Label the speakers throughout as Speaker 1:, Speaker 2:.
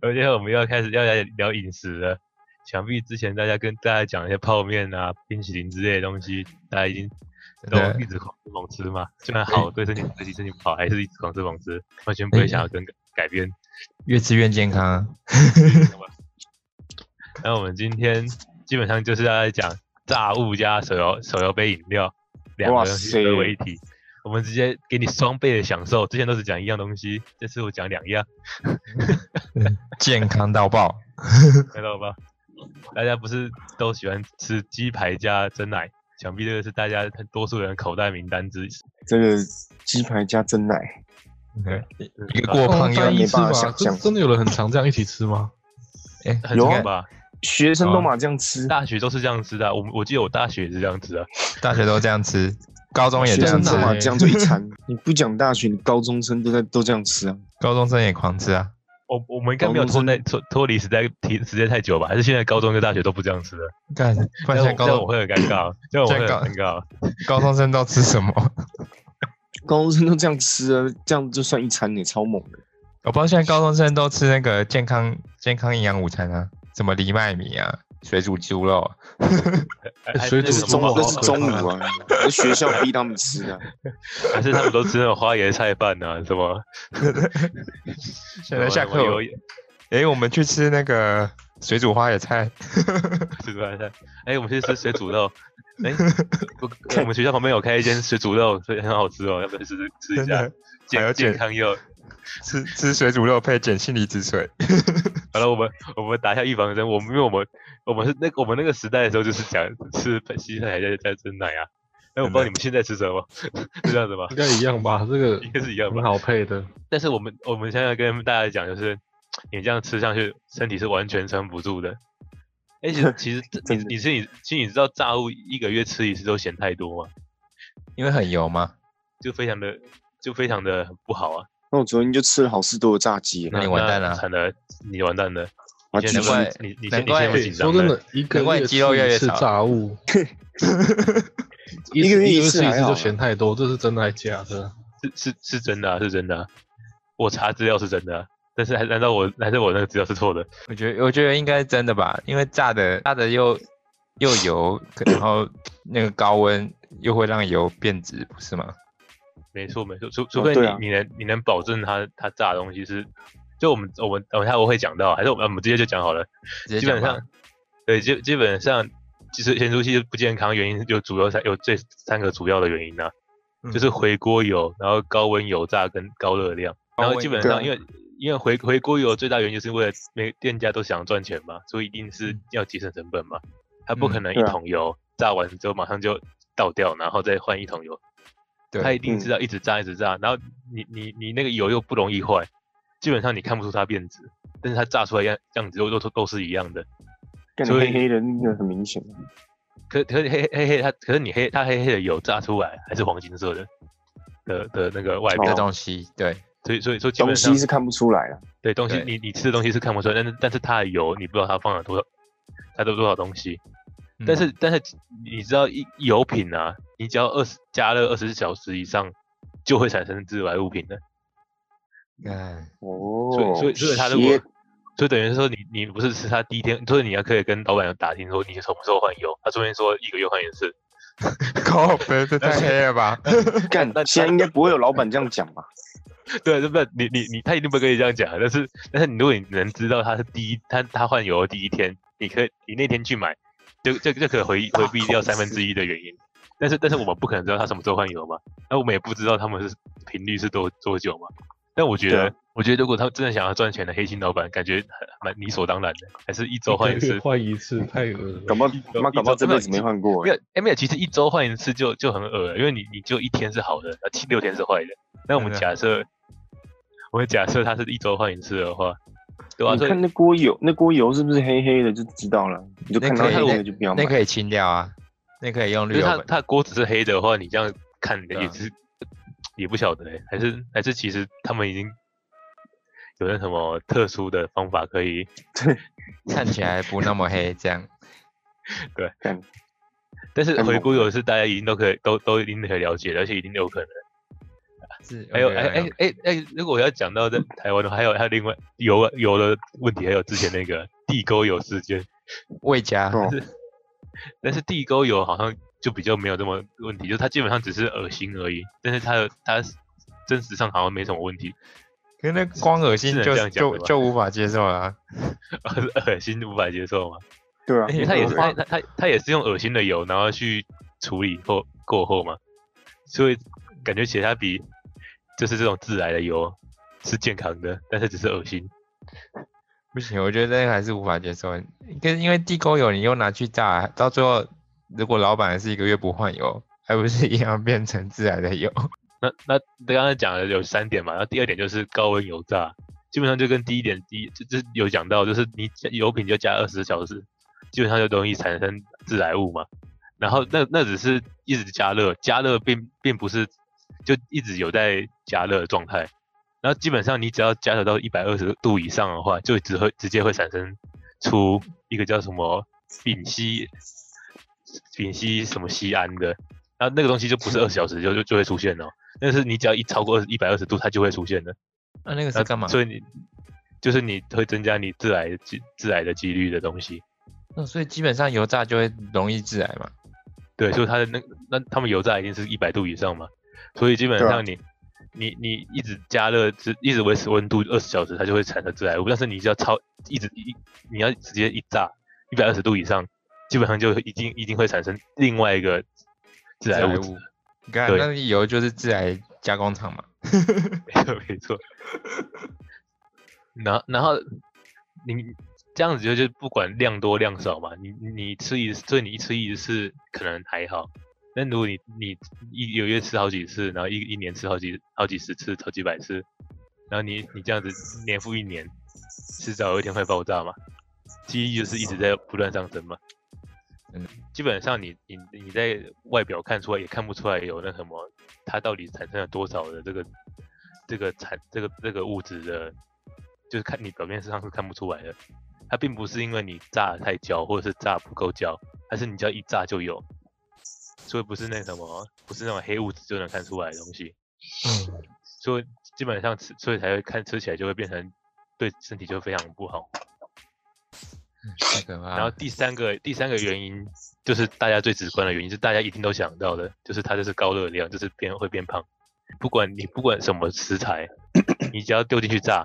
Speaker 1: 而且我们要开始要来聊饮食了。想必之前大家跟大家讲一些泡面啊、冰淇淋之类的东西，大家已经都
Speaker 2: 真的
Speaker 1: 一直狂吃猛吃嘛。虽然好对身体对身体不好，还是一直狂吃猛吃，完全不会想要更改变。
Speaker 2: 越吃越健康啊。
Speaker 1: 那我们今天基本上就是要来讲炸物加手摇手摇杯饮料两个
Speaker 3: 哇
Speaker 1: 东西
Speaker 3: 塞
Speaker 1: 合为一体。我们直接给你双倍的享受。之前都是讲一样东西，这次我讲两样，
Speaker 2: 健康到爆，
Speaker 1: 看到吧？大家不是都喜欢吃鸡排加蒸奶？想必这个是大家多数人口袋名单之一。
Speaker 3: 这个鸡排加蒸奶，
Speaker 1: 嗯
Speaker 2: 一
Speaker 1: 啊
Speaker 2: 个过胖又
Speaker 3: 哦
Speaker 4: 一
Speaker 3: 没
Speaker 4: 吃
Speaker 3: 办法
Speaker 4: 吧
Speaker 3: 想？
Speaker 4: 真
Speaker 3: 象
Speaker 4: 真的有人很常这样一起吃吗？
Speaker 2: 哎，
Speaker 1: 很
Speaker 3: 有啊
Speaker 1: 常吧？
Speaker 3: 学生都嘛这样吃，
Speaker 1: 大学都是这样吃的啊、我我记得我大学也是这样吃啊。
Speaker 2: 大学都这样吃，高中也
Speaker 3: 学
Speaker 2: 这样
Speaker 3: 生
Speaker 2: 吃
Speaker 3: 都，嘛
Speaker 4: 欸
Speaker 3: 这样就一餐。 你不讲大学，你高中生都在都这样吃啊。
Speaker 2: 高中生也狂吃啊。
Speaker 1: 我我们应该没有
Speaker 3: 高
Speaker 1: 脱
Speaker 3: 中
Speaker 1: 那脱脱离时代提时间太久吧？还是现在高中跟大学都不这样吃了？
Speaker 2: 干，不
Speaker 1: 这
Speaker 2: 然
Speaker 1: 样我
Speaker 2: 现在高
Speaker 1: 这样我
Speaker 2: 中
Speaker 1: 会很尴尬，哦这样我会
Speaker 2: 这
Speaker 1: 很
Speaker 2: 样
Speaker 1: 尴尬。哦
Speaker 2: 高中生都吃什么？
Speaker 3: 高中生都这样吃啊，这样就算一餐也超猛的。
Speaker 2: 我不知道现在高中生都吃那个健康健康营养午餐啊，什么藜麦米啊、水煮猪肉，
Speaker 1: 哎
Speaker 4: 欸
Speaker 1: 还
Speaker 4: 水
Speaker 1: 那个
Speaker 4: 煮
Speaker 1: 什么
Speaker 3: 中
Speaker 4: 好
Speaker 3: 午
Speaker 4: 好
Speaker 3: 这是
Speaker 4: 好
Speaker 3: 中
Speaker 4: 好
Speaker 3: 午啊，这学校逼他们 吃啊。
Speaker 1: 还是他们都吃那种花椰菜饭呢、什么？
Speaker 2: 现在下课
Speaker 1: 有
Speaker 2: 我，哎、我们去吃那个水煮花野菜，
Speaker 1: 水煮饭。 哎、我们去吃水煮肉。哎、 我我们学校旁边有开一间水煮肉，所以很好吃哦，要不要试试吃一
Speaker 2: 真
Speaker 1: 下
Speaker 2: 的？还有
Speaker 1: 健健
Speaker 2: 卷
Speaker 1: 康又
Speaker 2: 吃吃水煮肉配碱性离子水，
Speaker 1: 好了，我们我们打一下预防针。我们因为我们我们是那我们那个时代的时候，就是讲吃西餐还在在蒸奶啊。那我不知道你们现在吃什么， 是这样子吗？
Speaker 4: 应该一样吧？这个
Speaker 1: 应该是一样
Speaker 4: 很
Speaker 1: 吧。
Speaker 4: 好配的，
Speaker 1: 但是我们我们现在跟大家讲，就是你这样吃上去，身体是完全撑不住的。而且其 实这
Speaker 3: 真
Speaker 1: 你
Speaker 3: 的
Speaker 1: 你是你其实你知道炸物一个月吃一次都嫌太多吗？
Speaker 2: 因为很油嘛。
Speaker 1: 就非常的就非常的不好啊。
Speaker 3: 那我昨天就吃了好事多的炸鸡
Speaker 2: 那
Speaker 3: 啊，
Speaker 2: 你完蛋了
Speaker 1: 惨了，你完蛋了。你
Speaker 3: 啊，继
Speaker 1: 现
Speaker 3: 续
Speaker 1: 在
Speaker 2: 难
Speaker 1: 是
Speaker 2: 怪
Speaker 1: 你你现你
Speaker 2: 难
Speaker 1: 现在有
Speaker 2: 怪
Speaker 1: 没有
Speaker 4: 欸
Speaker 1: 紧
Speaker 4: 说
Speaker 1: 张
Speaker 4: 真的，一个
Speaker 2: 难怪
Speaker 4: 月
Speaker 2: 肌肉越来越
Speaker 4: 吃
Speaker 2: 少
Speaker 4: 炸物，
Speaker 3: 一个月
Speaker 4: 一
Speaker 3: 一次
Speaker 4: 吃一
Speaker 3: 还
Speaker 4: 次
Speaker 3: 好
Speaker 4: 就
Speaker 3: 啊
Speaker 4: 嫌太多，这是真的还假的？
Speaker 1: 是是是真的、啊，是真的啊、我查资料是真的啊、但是还难道我还是我那个资料是错的？
Speaker 2: 我觉得我觉得应该是真的吧，因为炸的炸的又又油，可然后那个高温又会让油变质，不是吗？
Speaker 1: 没错没错，除
Speaker 2: 哦
Speaker 1: 除非你、
Speaker 3: 对啊
Speaker 1: 你能你能保证它它炸的东西是，就我们我们等一下我会讲到，啊还是我们我们直接就讲好了。
Speaker 2: 直
Speaker 1: 基
Speaker 2: 接
Speaker 1: 本
Speaker 2: 讲吧
Speaker 1: 上，对基基本上，其实咸酥鸡不健康原因有主要三有这三个主要的原因呢、啊
Speaker 2: 嗯
Speaker 1: 就是回锅油，然后高温油炸跟高热量，
Speaker 2: 高
Speaker 1: 然后
Speaker 2: 温
Speaker 1: 基本
Speaker 3: 油
Speaker 1: 上
Speaker 3: 对啊
Speaker 1: 因为因为回回锅油最大原因就是为了每店家都想赚钱嘛，所以一定是要节省成本嘛，他不可
Speaker 2: 嗯
Speaker 1: 能一
Speaker 3: 对啊
Speaker 1: 桶油炸完之后马上就倒掉，然后再换一桶油，他一
Speaker 2: 对，
Speaker 1: 定是要一直炸一直炸，然后你你你那个油又不容易坏，基本上你看不出它变质，但是它炸出来样样子又都都都是一样的，
Speaker 3: 干
Speaker 1: 所以
Speaker 3: 黑黑的那个很明显，
Speaker 1: 可可是黑黑黑它可是你黑它黑黑的油炸出来还是黄金色的的的那个外
Speaker 3: 哦
Speaker 1: 表
Speaker 2: 这，东西对，
Speaker 1: 所以所以说基
Speaker 3: 东
Speaker 1: 本上
Speaker 3: 西是看不出来啊。
Speaker 1: 对东西
Speaker 2: 对
Speaker 1: 你你吃的东西是看不出来，但是但是它的油你不知道它放了多少，它都多少东西，
Speaker 3: 嗯
Speaker 1: 但是但是你知道一油品啊，你只要二十加热二十四小时以上就会产生致癌物品的。
Speaker 2: 嗯，
Speaker 3: 哦，
Speaker 1: 所以所以所以他如果
Speaker 3: 邪，
Speaker 1: 所以等于是说你你不是吃他第一天，所以你要可以跟老板打听说你什么时候换油，他昨天说一个月换一次，
Speaker 2: 靠北，这太黑 了吧？
Speaker 3: 干，现在应该不会有老板这样讲吧？
Speaker 1: 对，对不对？你你你他一定不会跟你这样讲，啊但是但是你如果你能知道他是第一他他换油的第一天，你可以你那天去买，就就就可以回回避掉三分之一的原因。但是但是我们不可能知道他什么时候换油嘛，那我们也不知道他们是频率是多多久嘛。但我觉
Speaker 3: 对
Speaker 1: 得
Speaker 3: 啊，
Speaker 1: 我觉得如果他真的想要赚钱的黑心老板，感觉还蛮理所当然的，还是一周换一
Speaker 4: 一个
Speaker 1: 次
Speaker 4: 月。换一次，太恶了。
Speaker 3: 搞不好
Speaker 1: 一周
Speaker 3: 他妈搞不好
Speaker 1: 一周
Speaker 3: 这辈子没换过
Speaker 1: 没
Speaker 3: 欸。
Speaker 1: 有，哎，没有，其实一周换一次就就很恶了，因为你你就一天是好的，那七六天是坏的。那我们
Speaker 2: 对啊
Speaker 1: 假设，我们假设它是一周换一次的话，对吧、
Speaker 3: 你
Speaker 1: 所以
Speaker 3: 看那锅油，那锅油是不是黑黑的就知道了，你就看到
Speaker 2: 那
Speaker 3: 黑
Speaker 2: 可以
Speaker 3: 黑的就不要买
Speaker 2: 那。可以清掉啊，那可以用
Speaker 1: 就是
Speaker 2: 绿油
Speaker 1: 它
Speaker 2: 本。
Speaker 1: 它锅子是黑的话，你这样看
Speaker 2: 对啊
Speaker 1: 也是、也不晓得、欸，还是还是其实他们已经有那什么特殊的方法可以
Speaker 2: 看起来不那么黑，这样
Speaker 1: 但是
Speaker 3: 很
Speaker 1: 回
Speaker 3: 猛
Speaker 1: 锅油是大家一定都可以都都一定可以了解的，而且一定有可能。
Speaker 2: 是
Speaker 1: 还有
Speaker 2: OK，
Speaker 1: 哎哎哎哎，如果我要讲到在台湾的话，还有还有另外有有的问题，还有之前那个地沟油事件，
Speaker 2: 魏家
Speaker 3: 哦，
Speaker 1: 但是地沟油好像就比较没有这么问题，就是它基本上只是恶心而已，但是它的它真实上好像没什么问题，
Speaker 2: 可是那光恶心
Speaker 1: 是
Speaker 2: 就
Speaker 1: 这样讲
Speaker 2: 就
Speaker 1: 的吧
Speaker 2: 就无法接受了啊。
Speaker 1: 恶心无法接受嘛，
Speaker 3: 对啊
Speaker 1: 因为它也是
Speaker 3: 对
Speaker 1: 它
Speaker 3: 啊
Speaker 1: 它它它也是用恶心的油，然后去处理后过后嘛，所以感觉其实它比就是这种自来的油是健康的，但是只是恶心。
Speaker 2: 不行，我觉得那个还是无法接受。跟因为地沟油你又拿去炸，到最后如果老板是一个月不换油，还不是一样变成自来的油？
Speaker 1: 那那刚刚讲的有三点嘛，然后第二点就是高温油炸，基本上就跟第一点第一就就是有讲到，就是你加油品就加二十小时，基本上就容易产生致癌物嘛。然后那那只是一直加热，加热并并不是就一直有在加热的状态。然后基本上你只要加热到一百二十度以上的话，就只会直接会产生出一个叫什么丙烯丙烯什么酰胺的，然后那个东西就不是二十小时就就就会出现了哦。但是你只要一超过二一百二十度，它就会出现的。
Speaker 2: 那、那个
Speaker 1: 那
Speaker 2: 是干嘛？
Speaker 1: 所以你就是你会增加你致癌的几致癌的几率的东西。
Speaker 2: 那所以基本上油炸就会容易致癌嘛。
Speaker 1: 对，所以它的那那他们油炸一定是一百度以上嘛，所以基本
Speaker 3: 对啊
Speaker 1: 上你、你你一直加热，只一直维持温度二十小时，它就会产生致癌物。但是你只要超一直一你要直接一炸一百二十度以上，基本上就一定一定会产生另外一个致癌物质。，
Speaker 2: 你看
Speaker 1: 对
Speaker 2: 那油就是自来加工厂嘛。
Speaker 1: 没错没错。然后然后你这样子就就不管量多量少嘛，你你你吃一次，所以你一吃一次可能还好，但如果你你一有月吃好几次，然后一一年吃好几好几十次、好几百次，然后你你这样子年复一年，迟早有一天会爆炸嘛。记忆就是一直在不断上升嘛。
Speaker 2: 嗯，
Speaker 1: 基本上你你你在外表看出来也看不出来有那什么，它到底产生了多少的这个这个产这个这个物质的，就是看你表面上是看不出来的。它并不是因为你炸得太焦，或者是炸不够焦，而是你只要一炸就有，所以不是那什么，不是那种黑物质就能看出来的东西。
Speaker 4: 嗯，
Speaker 1: 所以基本上吃，所以才会看吃起来就会变成对身体就非常不好。
Speaker 2: 太可怕了。
Speaker 1: 然后第三个第三个原因就是大家最直观的原因，是大家一定都想到的，就是它就是高热量，就是变会变胖。不管你不管什么食材， 你只要丢进去炸，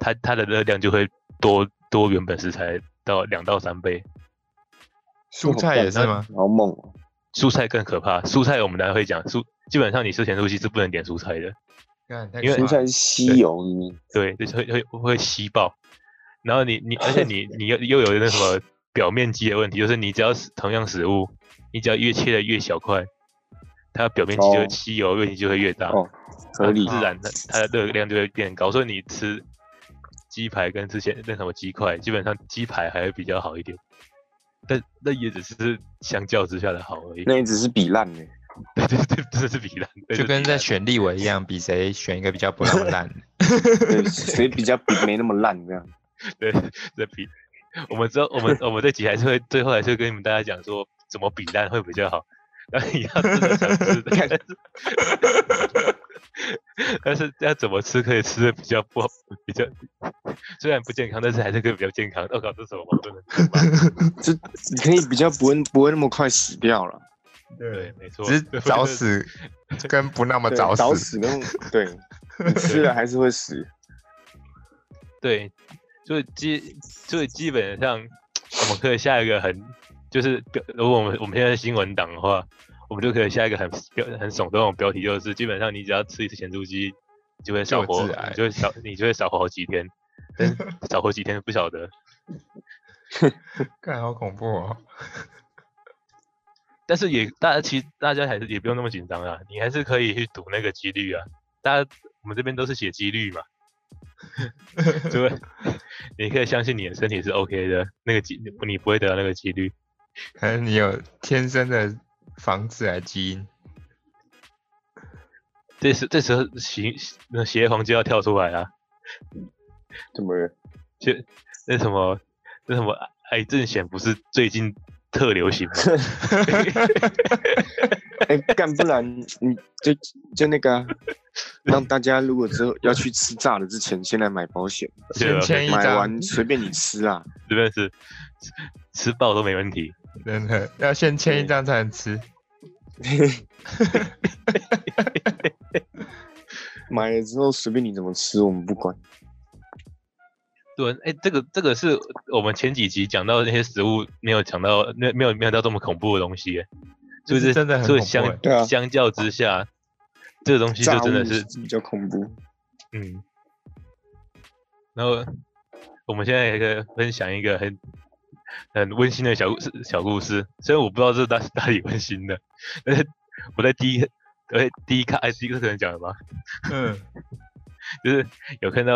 Speaker 1: 它它的热量就会多多原本食材到两到三倍。
Speaker 2: 蔬菜也是吗？
Speaker 3: 好猛哦！
Speaker 1: 蔬菜更可怕，蔬菜我们等下会讲，蔬基本上你吃咸酥鸡是不能点蔬菜的，
Speaker 2: 干太
Speaker 1: 因为
Speaker 2: 可
Speaker 3: 蔬
Speaker 2: 怕了
Speaker 3: 菜是稀有，是不是
Speaker 1: 对，就是会会会吸爆。然后你你，而且 你你又又有那什么表面积的问题，就是你只要是同样食物，你只要越切的越小块，它表面积就会
Speaker 3: 哦
Speaker 1: 吸油问题就会越大，
Speaker 3: 哦，合理
Speaker 1: 那。自然它它的热量就会变高。所以你吃鸡排跟吃前那什么鸡块，基本上鸡排还会比较好一点，但那也只是相较之下的好而已。
Speaker 3: 那也只是比烂的，
Speaker 1: 对对对，真的是比烂，对
Speaker 2: 就跟在
Speaker 1: 是
Speaker 2: 选立委一样，比谁选一个比较不那么 烂。
Speaker 3: 对，谁比较比没那么烂这样？
Speaker 1: 对这比。我们之后，我们我们这集还是会最后还是会跟你们大家讲说怎么比烂会比较好。然后你要真的想吃，但是但是 要怎么吃可以吃的比较不好比较，虽然不健康，但是还是可以比较健康。我、靠，这什么矛盾的想法？
Speaker 3: 这你可以比较不会不会那么快死掉了，
Speaker 1: 对，，没错，
Speaker 2: 只是
Speaker 1: 对
Speaker 2: 早。死跟不那么
Speaker 3: 对
Speaker 2: 早
Speaker 3: 早
Speaker 2: 死。
Speaker 3: 死跟对，你吃了还是会死。
Speaker 1: 对，所以基所以基本上，我们可以下一个很就是标，如果我们我们现在是新闻党的话，我们就可以下一个很标很耸动的标题，就是基本上你只要吃一次咸猪鸡，你就会少
Speaker 2: 就
Speaker 1: 活，
Speaker 2: 致癌
Speaker 1: 你就会少你就会少活好几 天，但是少活几天不晓得。
Speaker 2: 干好恐怖哦！
Speaker 1: 但是也大家其实大家还是也不用那么紧张啊，你还是可以去赌那个几率啊。大家我们这边都是写几 率嘛，就会 你可以相信你的身体是 OK 的，那个几你不会得到那个几率。
Speaker 2: 可能你有天生的防致癌基因。
Speaker 1: 这时这时候邪那邪皇就要跳出来啊，
Speaker 3: 怎么了？
Speaker 1: 就那什么那什么 癌症险不是最近特流行吗？
Speaker 3: 哎，干不然你就就那个啊、让大家如果之后要去吃炸的之前，先来买保险，
Speaker 1: 对
Speaker 2: 先
Speaker 1: 啊
Speaker 2: 签一
Speaker 3: 买
Speaker 2: 张，
Speaker 3: 完随便你吃啊。
Speaker 1: 随便吃吃吃爆都没问题。
Speaker 2: 真的要先签一张才能吃。
Speaker 3: 买了之后随便你怎么吃，我们不管。
Speaker 1: 对，哎，这个这个是我们前几集讲到那些食物没有讲到，没有没有没有到这么恐怖的东西耶，
Speaker 2: 这
Speaker 1: 就是是
Speaker 2: 真的很
Speaker 1: 所以
Speaker 2: 恐怖
Speaker 1: 相
Speaker 2: 哎
Speaker 3: 对啊
Speaker 1: 相较之下，这个东西就
Speaker 3: 炸物
Speaker 1: 真的是
Speaker 3: 比较恐怖。
Speaker 1: 嗯，然后我们现在一个分享一个很很温馨的小故事小故事，虽然我不知道这到底 到底温馨的，但是我在第一我在第一看哎第一个可能讲了吧，
Speaker 2: 嗯，
Speaker 1: 就是有看到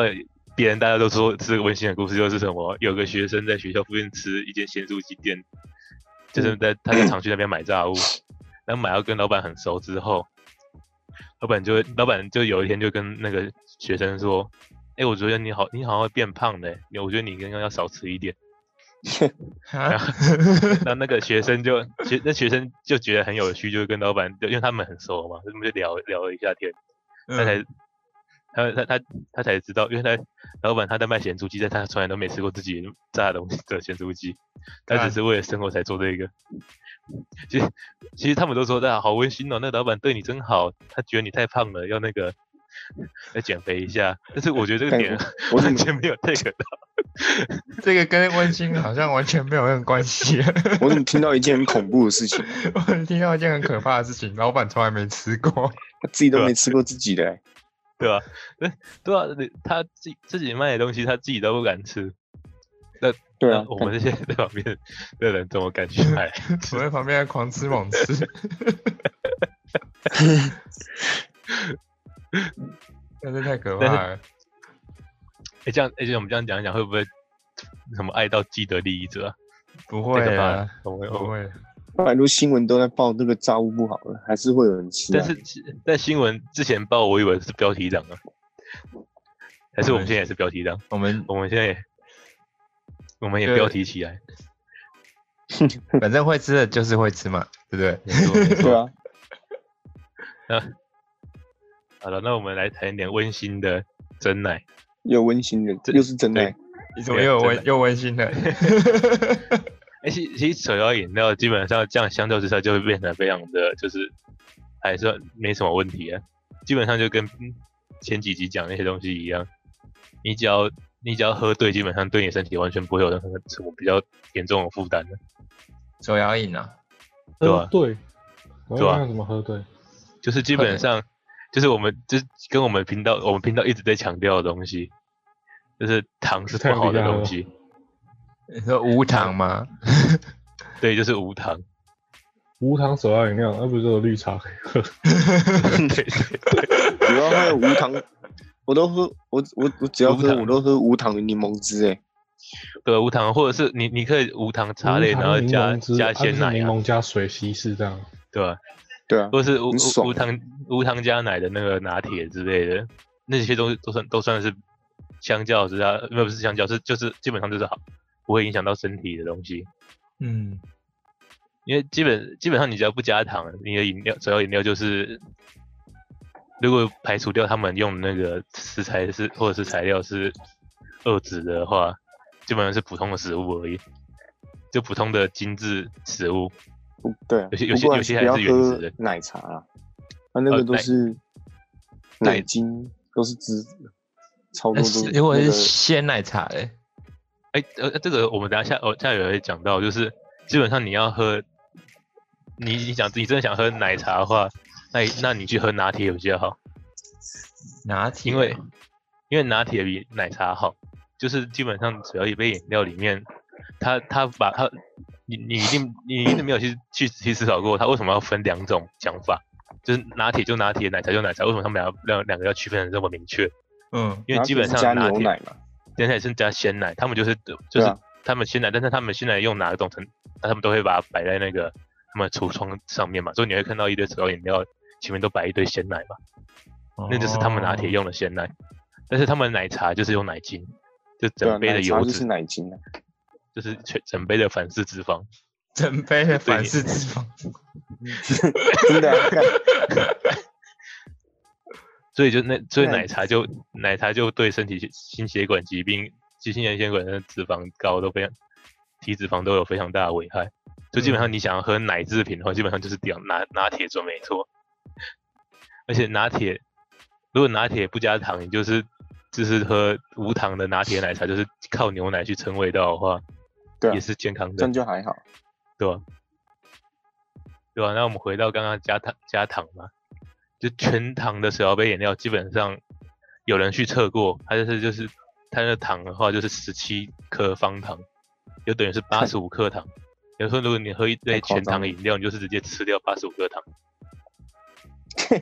Speaker 1: 别人大家都说这个温馨的故事，就是什么有个学生在学校附近吃一间咸酥鸡店，就是在他在厂区那边买炸物，然后买到跟老板很熟之后，老板就会老板就有一天就跟那个学生说：“哎、我觉得你好，你好像会变胖嘞，你我觉得你刚刚要少吃一点。”
Speaker 2: 啊
Speaker 1: 那那个学生就学那学生就觉得很有趣，就跟老板，就因为他们很熟嘛，他们就聊聊了一下天。他才
Speaker 2: 嗯
Speaker 1: 他他他他才知道，因为他老板他在卖咸猪鸡，但他从来都没吃过自己炸的东西 的咸猪鸡，他只
Speaker 2: 干
Speaker 1: 是为了生活才做这个。其实其实他们都说，那好温馨哦，那老板对你真好，他觉得你太胖了，要那个要减肥一下。但是我觉得这个
Speaker 3: 干
Speaker 1: 点
Speaker 3: 我怎
Speaker 1: 完
Speaker 3: 么
Speaker 1: 全没有 take 到，
Speaker 2: 这个跟温馨好像完全没有任何关系。
Speaker 3: 我怎么听到一件很恐怖的事情？
Speaker 2: 我听到一件很可怕的事情，老板从来没吃过。
Speaker 3: 他自己都
Speaker 1: 对啊
Speaker 3: 没吃过自己的、欸，
Speaker 1: 对吧、对 对啊，你他自己自己卖的东西他自己都不敢吃，
Speaker 3: 对
Speaker 1: 那
Speaker 3: 啊，
Speaker 1: 我
Speaker 3: 干
Speaker 1: 们这些在旁边的人怎么敢去买？
Speaker 2: 我在旁边狂吃猛吃。 那真太可怕了。
Speaker 1: 哎、这样，而、且我们这样讲一讲，会不会什么爱到既得利益者、啊？
Speaker 2: 不
Speaker 1: 太
Speaker 2: 会
Speaker 1: 可怕
Speaker 2: 啊
Speaker 1: 了，，我们
Speaker 2: 不
Speaker 1: 我们。
Speaker 2: 会。
Speaker 3: 很多新闻都在报这个炸物不好了，还是会有人吃、啊。
Speaker 1: 但是其但新闻之前报，我以为是标题党啊，还是我们现在也是标题党？
Speaker 2: 我们
Speaker 1: 我们现在也我们也
Speaker 2: 对
Speaker 1: 标题起来，
Speaker 2: 反正会吃的就是会吃嘛，对不对？
Speaker 1: 没错没
Speaker 3: 对
Speaker 1: 错。
Speaker 3: 啊，
Speaker 1: 好了，那我们来谈一点温馨的真奶。
Speaker 3: 有温馨的，又是真爱
Speaker 1: 对。
Speaker 2: 你怎么又有
Speaker 1: 对啊真的
Speaker 2: 温又温馨了？
Speaker 1: 哎、其其实手摇饮料基本上这样相较之下就会变得非常的，就是还算没什么问题啊。基本上就跟前几集讲那些东西一样，你只要你只要喝对，基本上对你身体完全不会有任何什么比较严重的负担啊的，
Speaker 2: 手摇饮啊，
Speaker 1: 对吧、
Speaker 4: 喝对，我
Speaker 1: 对
Speaker 4: 要
Speaker 1: 啊
Speaker 4: 看看怎么喝对。
Speaker 1: 就是基本上就是我们就是跟我们频道我们频道一直在强调的东西，就是糖是不好的东西，
Speaker 2: 你说无糖吗？
Speaker 1: 对，就是无糖。
Speaker 4: 无糖手摇饮料，那不是有绿茶可以喝？
Speaker 1: 对对
Speaker 3: 我要喝无糖，我都喝，我我我只要
Speaker 1: 无
Speaker 3: 喝，
Speaker 1: 糖
Speaker 3: 我都喝无糖的柠檬汁、欸，哎，
Speaker 1: 对，无糖或者是你你可以无糖茶
Speaker 4: 无
Speaker 1: 类，
Speaker 4: 糖
Speaker 1: 然后
Speaker 4: 柠
Speaker 1: 加
Speaker 4: 檬汁
Speaker 1: 加
Speaker 4: 啊
Speaker 1: 鲜
Speaker 4: 就是
Speaker 1: 奶
Speaker 4: 柠
Speaker 1: 啊，
Speaker 4: 檬加水稀释这样。
Speaker 1: 对吧、
Speaker 3: 对啊，
Speaker 1: 或是无
Speaker 3: 很
Speaker 1: 无
Speaker 3: 爽
Speaker 1: 无糖无糖加奶的那个拿铁之类的，那些都都算都算是相较之下，呃没有不是相较，是就是基本上就是好，不会影响到身体的东西。
Speaker 2: 嗯，
Speaker 1: 因为基本基本上你只要不加糖，你的饮料主要饮料就是，如果排除掉他们用的那个食材是或者是材料是二酯的话，基本上是普通的食物而已，就普通的精致食物。
Speaker 3: 不对啊，
Speaker 1: 有些有些
Speaker 3: 不过
Speaker 1: 有些
Speaker 3: 不
Speaker 1: 还
Speaker 3: 要
Speaker 1: 是原
Speaker 3: 喝
Speaker 1: 始的
Speaker 3: 奶茶啦，它那
Speaker 1: 呃
Speaker 3: 个都
Speaker 1: 奶
Speaker 3: 是
Speaker 1: 对
Speaker 3: 奶精，都是汁，超多
Speaker 2: 那
Speaker 3: 都
Speaker 2: 是
Speaker 3: 是
Speaker 2: 如果
Speaker 3: 那
Speaker 2: 是
Speaker 3: 个
Speaker 2: 鲜奶茶嘞，
Speaker 1: 哎、呃，这个我们等一下下哦，下有会讲到，就是基本上你要喝，你你想你真的想喝奶茶的话，那你那你去喝拿铁比较好，
Speaker 2: 拿铁啊，
Speaker 1: 因为因为拿铁比奶茶好，就是基本上只要一杯饮料里面，它它把它，你你一定你一定没有去去去思考过，它为什么要分两种讲法，就是拿铁就拿铁，奶茶就奶茶，为什么他们要两两个要区分的这么明确？
Speaker 2: 嗯，
Speaker 1: 因为
Speaker 3: 拿
Speaker 1: 基
Speaker 3: 铁
Speaker 1: 本
Speaker 3: 是
Speaker 1: 上
Speaker 3: 加
Speaker 1: 拿
Speaker 3: 牛
Speaker 1: 铁
Speaker 3: 奶嘛，
Speaker 1: 现在是加鲜奶，他们就是就
Speaker 3: 对
Speaker 1: 是
Speaker 3: 啊
Speaker 1: 他们鲜奶，但是他们鲜奶用哪种成，他们都会把它摆在那个他们橱窗上面嘛，所以你会看到一堆手摇饮料前面都摆一堆鲜奶嘛，那就是他们拿铁
Speaker 2: 哦
Speaker 1: 用的鲜奶，但是他们奶茶就是用奶精，就
Speaker 3: 对啊，
Speaker 1: 整杯的
Speaker 3: 奶茶
Speaker 1: 油
Speaker 3: 就是
Speaker 1: 脂，
Speaker 3: 奶精啊，
Speaker 1: 就是全整杯的反式脂肪，
Speaker 2: 整杯的
Speaker 1: 对
Speaker 2: 反式脂肪，
Speaker 3: 真的 啊、干
Speaker 1: 所以就那所以
Speaker 3: 对啊
Speaker 1: 奶茶就奶茶就对身体血心血管疾病、急性炎性管的脂肪高都非常体脂肪都有非常大的危害。就基本
Speaker 3: 嗯
Speaker 1: 上你想要喝奶制品的话，基本上就是点拿拿铁准没错。而且拿铁如果拿铁不加糖，你就是就是喝无糖的拿铁奶茶，就是靠牛奶去撑味道的话，
Speaker 3: 对啊
Speaker 1: 也是健康
Speaker 3: 这
Speaker 1: 的
Speaker 3: 样，就还好。
Speaker 1: 对吧、对吧、那我们回到刚刚加糖加糖嘛，就全糖的手摇杯饮料，基本上有人去测过，它就是就是它的糖的话就是十七克方糖，就等于是八十五克糖。有时候如果你喝一杯
Speaker 3: 太夸
Speaker 1: 全
Speaker 3: 张
Speaker 1: 糖
Speaker 3: 了
Speaker 1: 饮料，你就是直接吃掉八十五克 糖。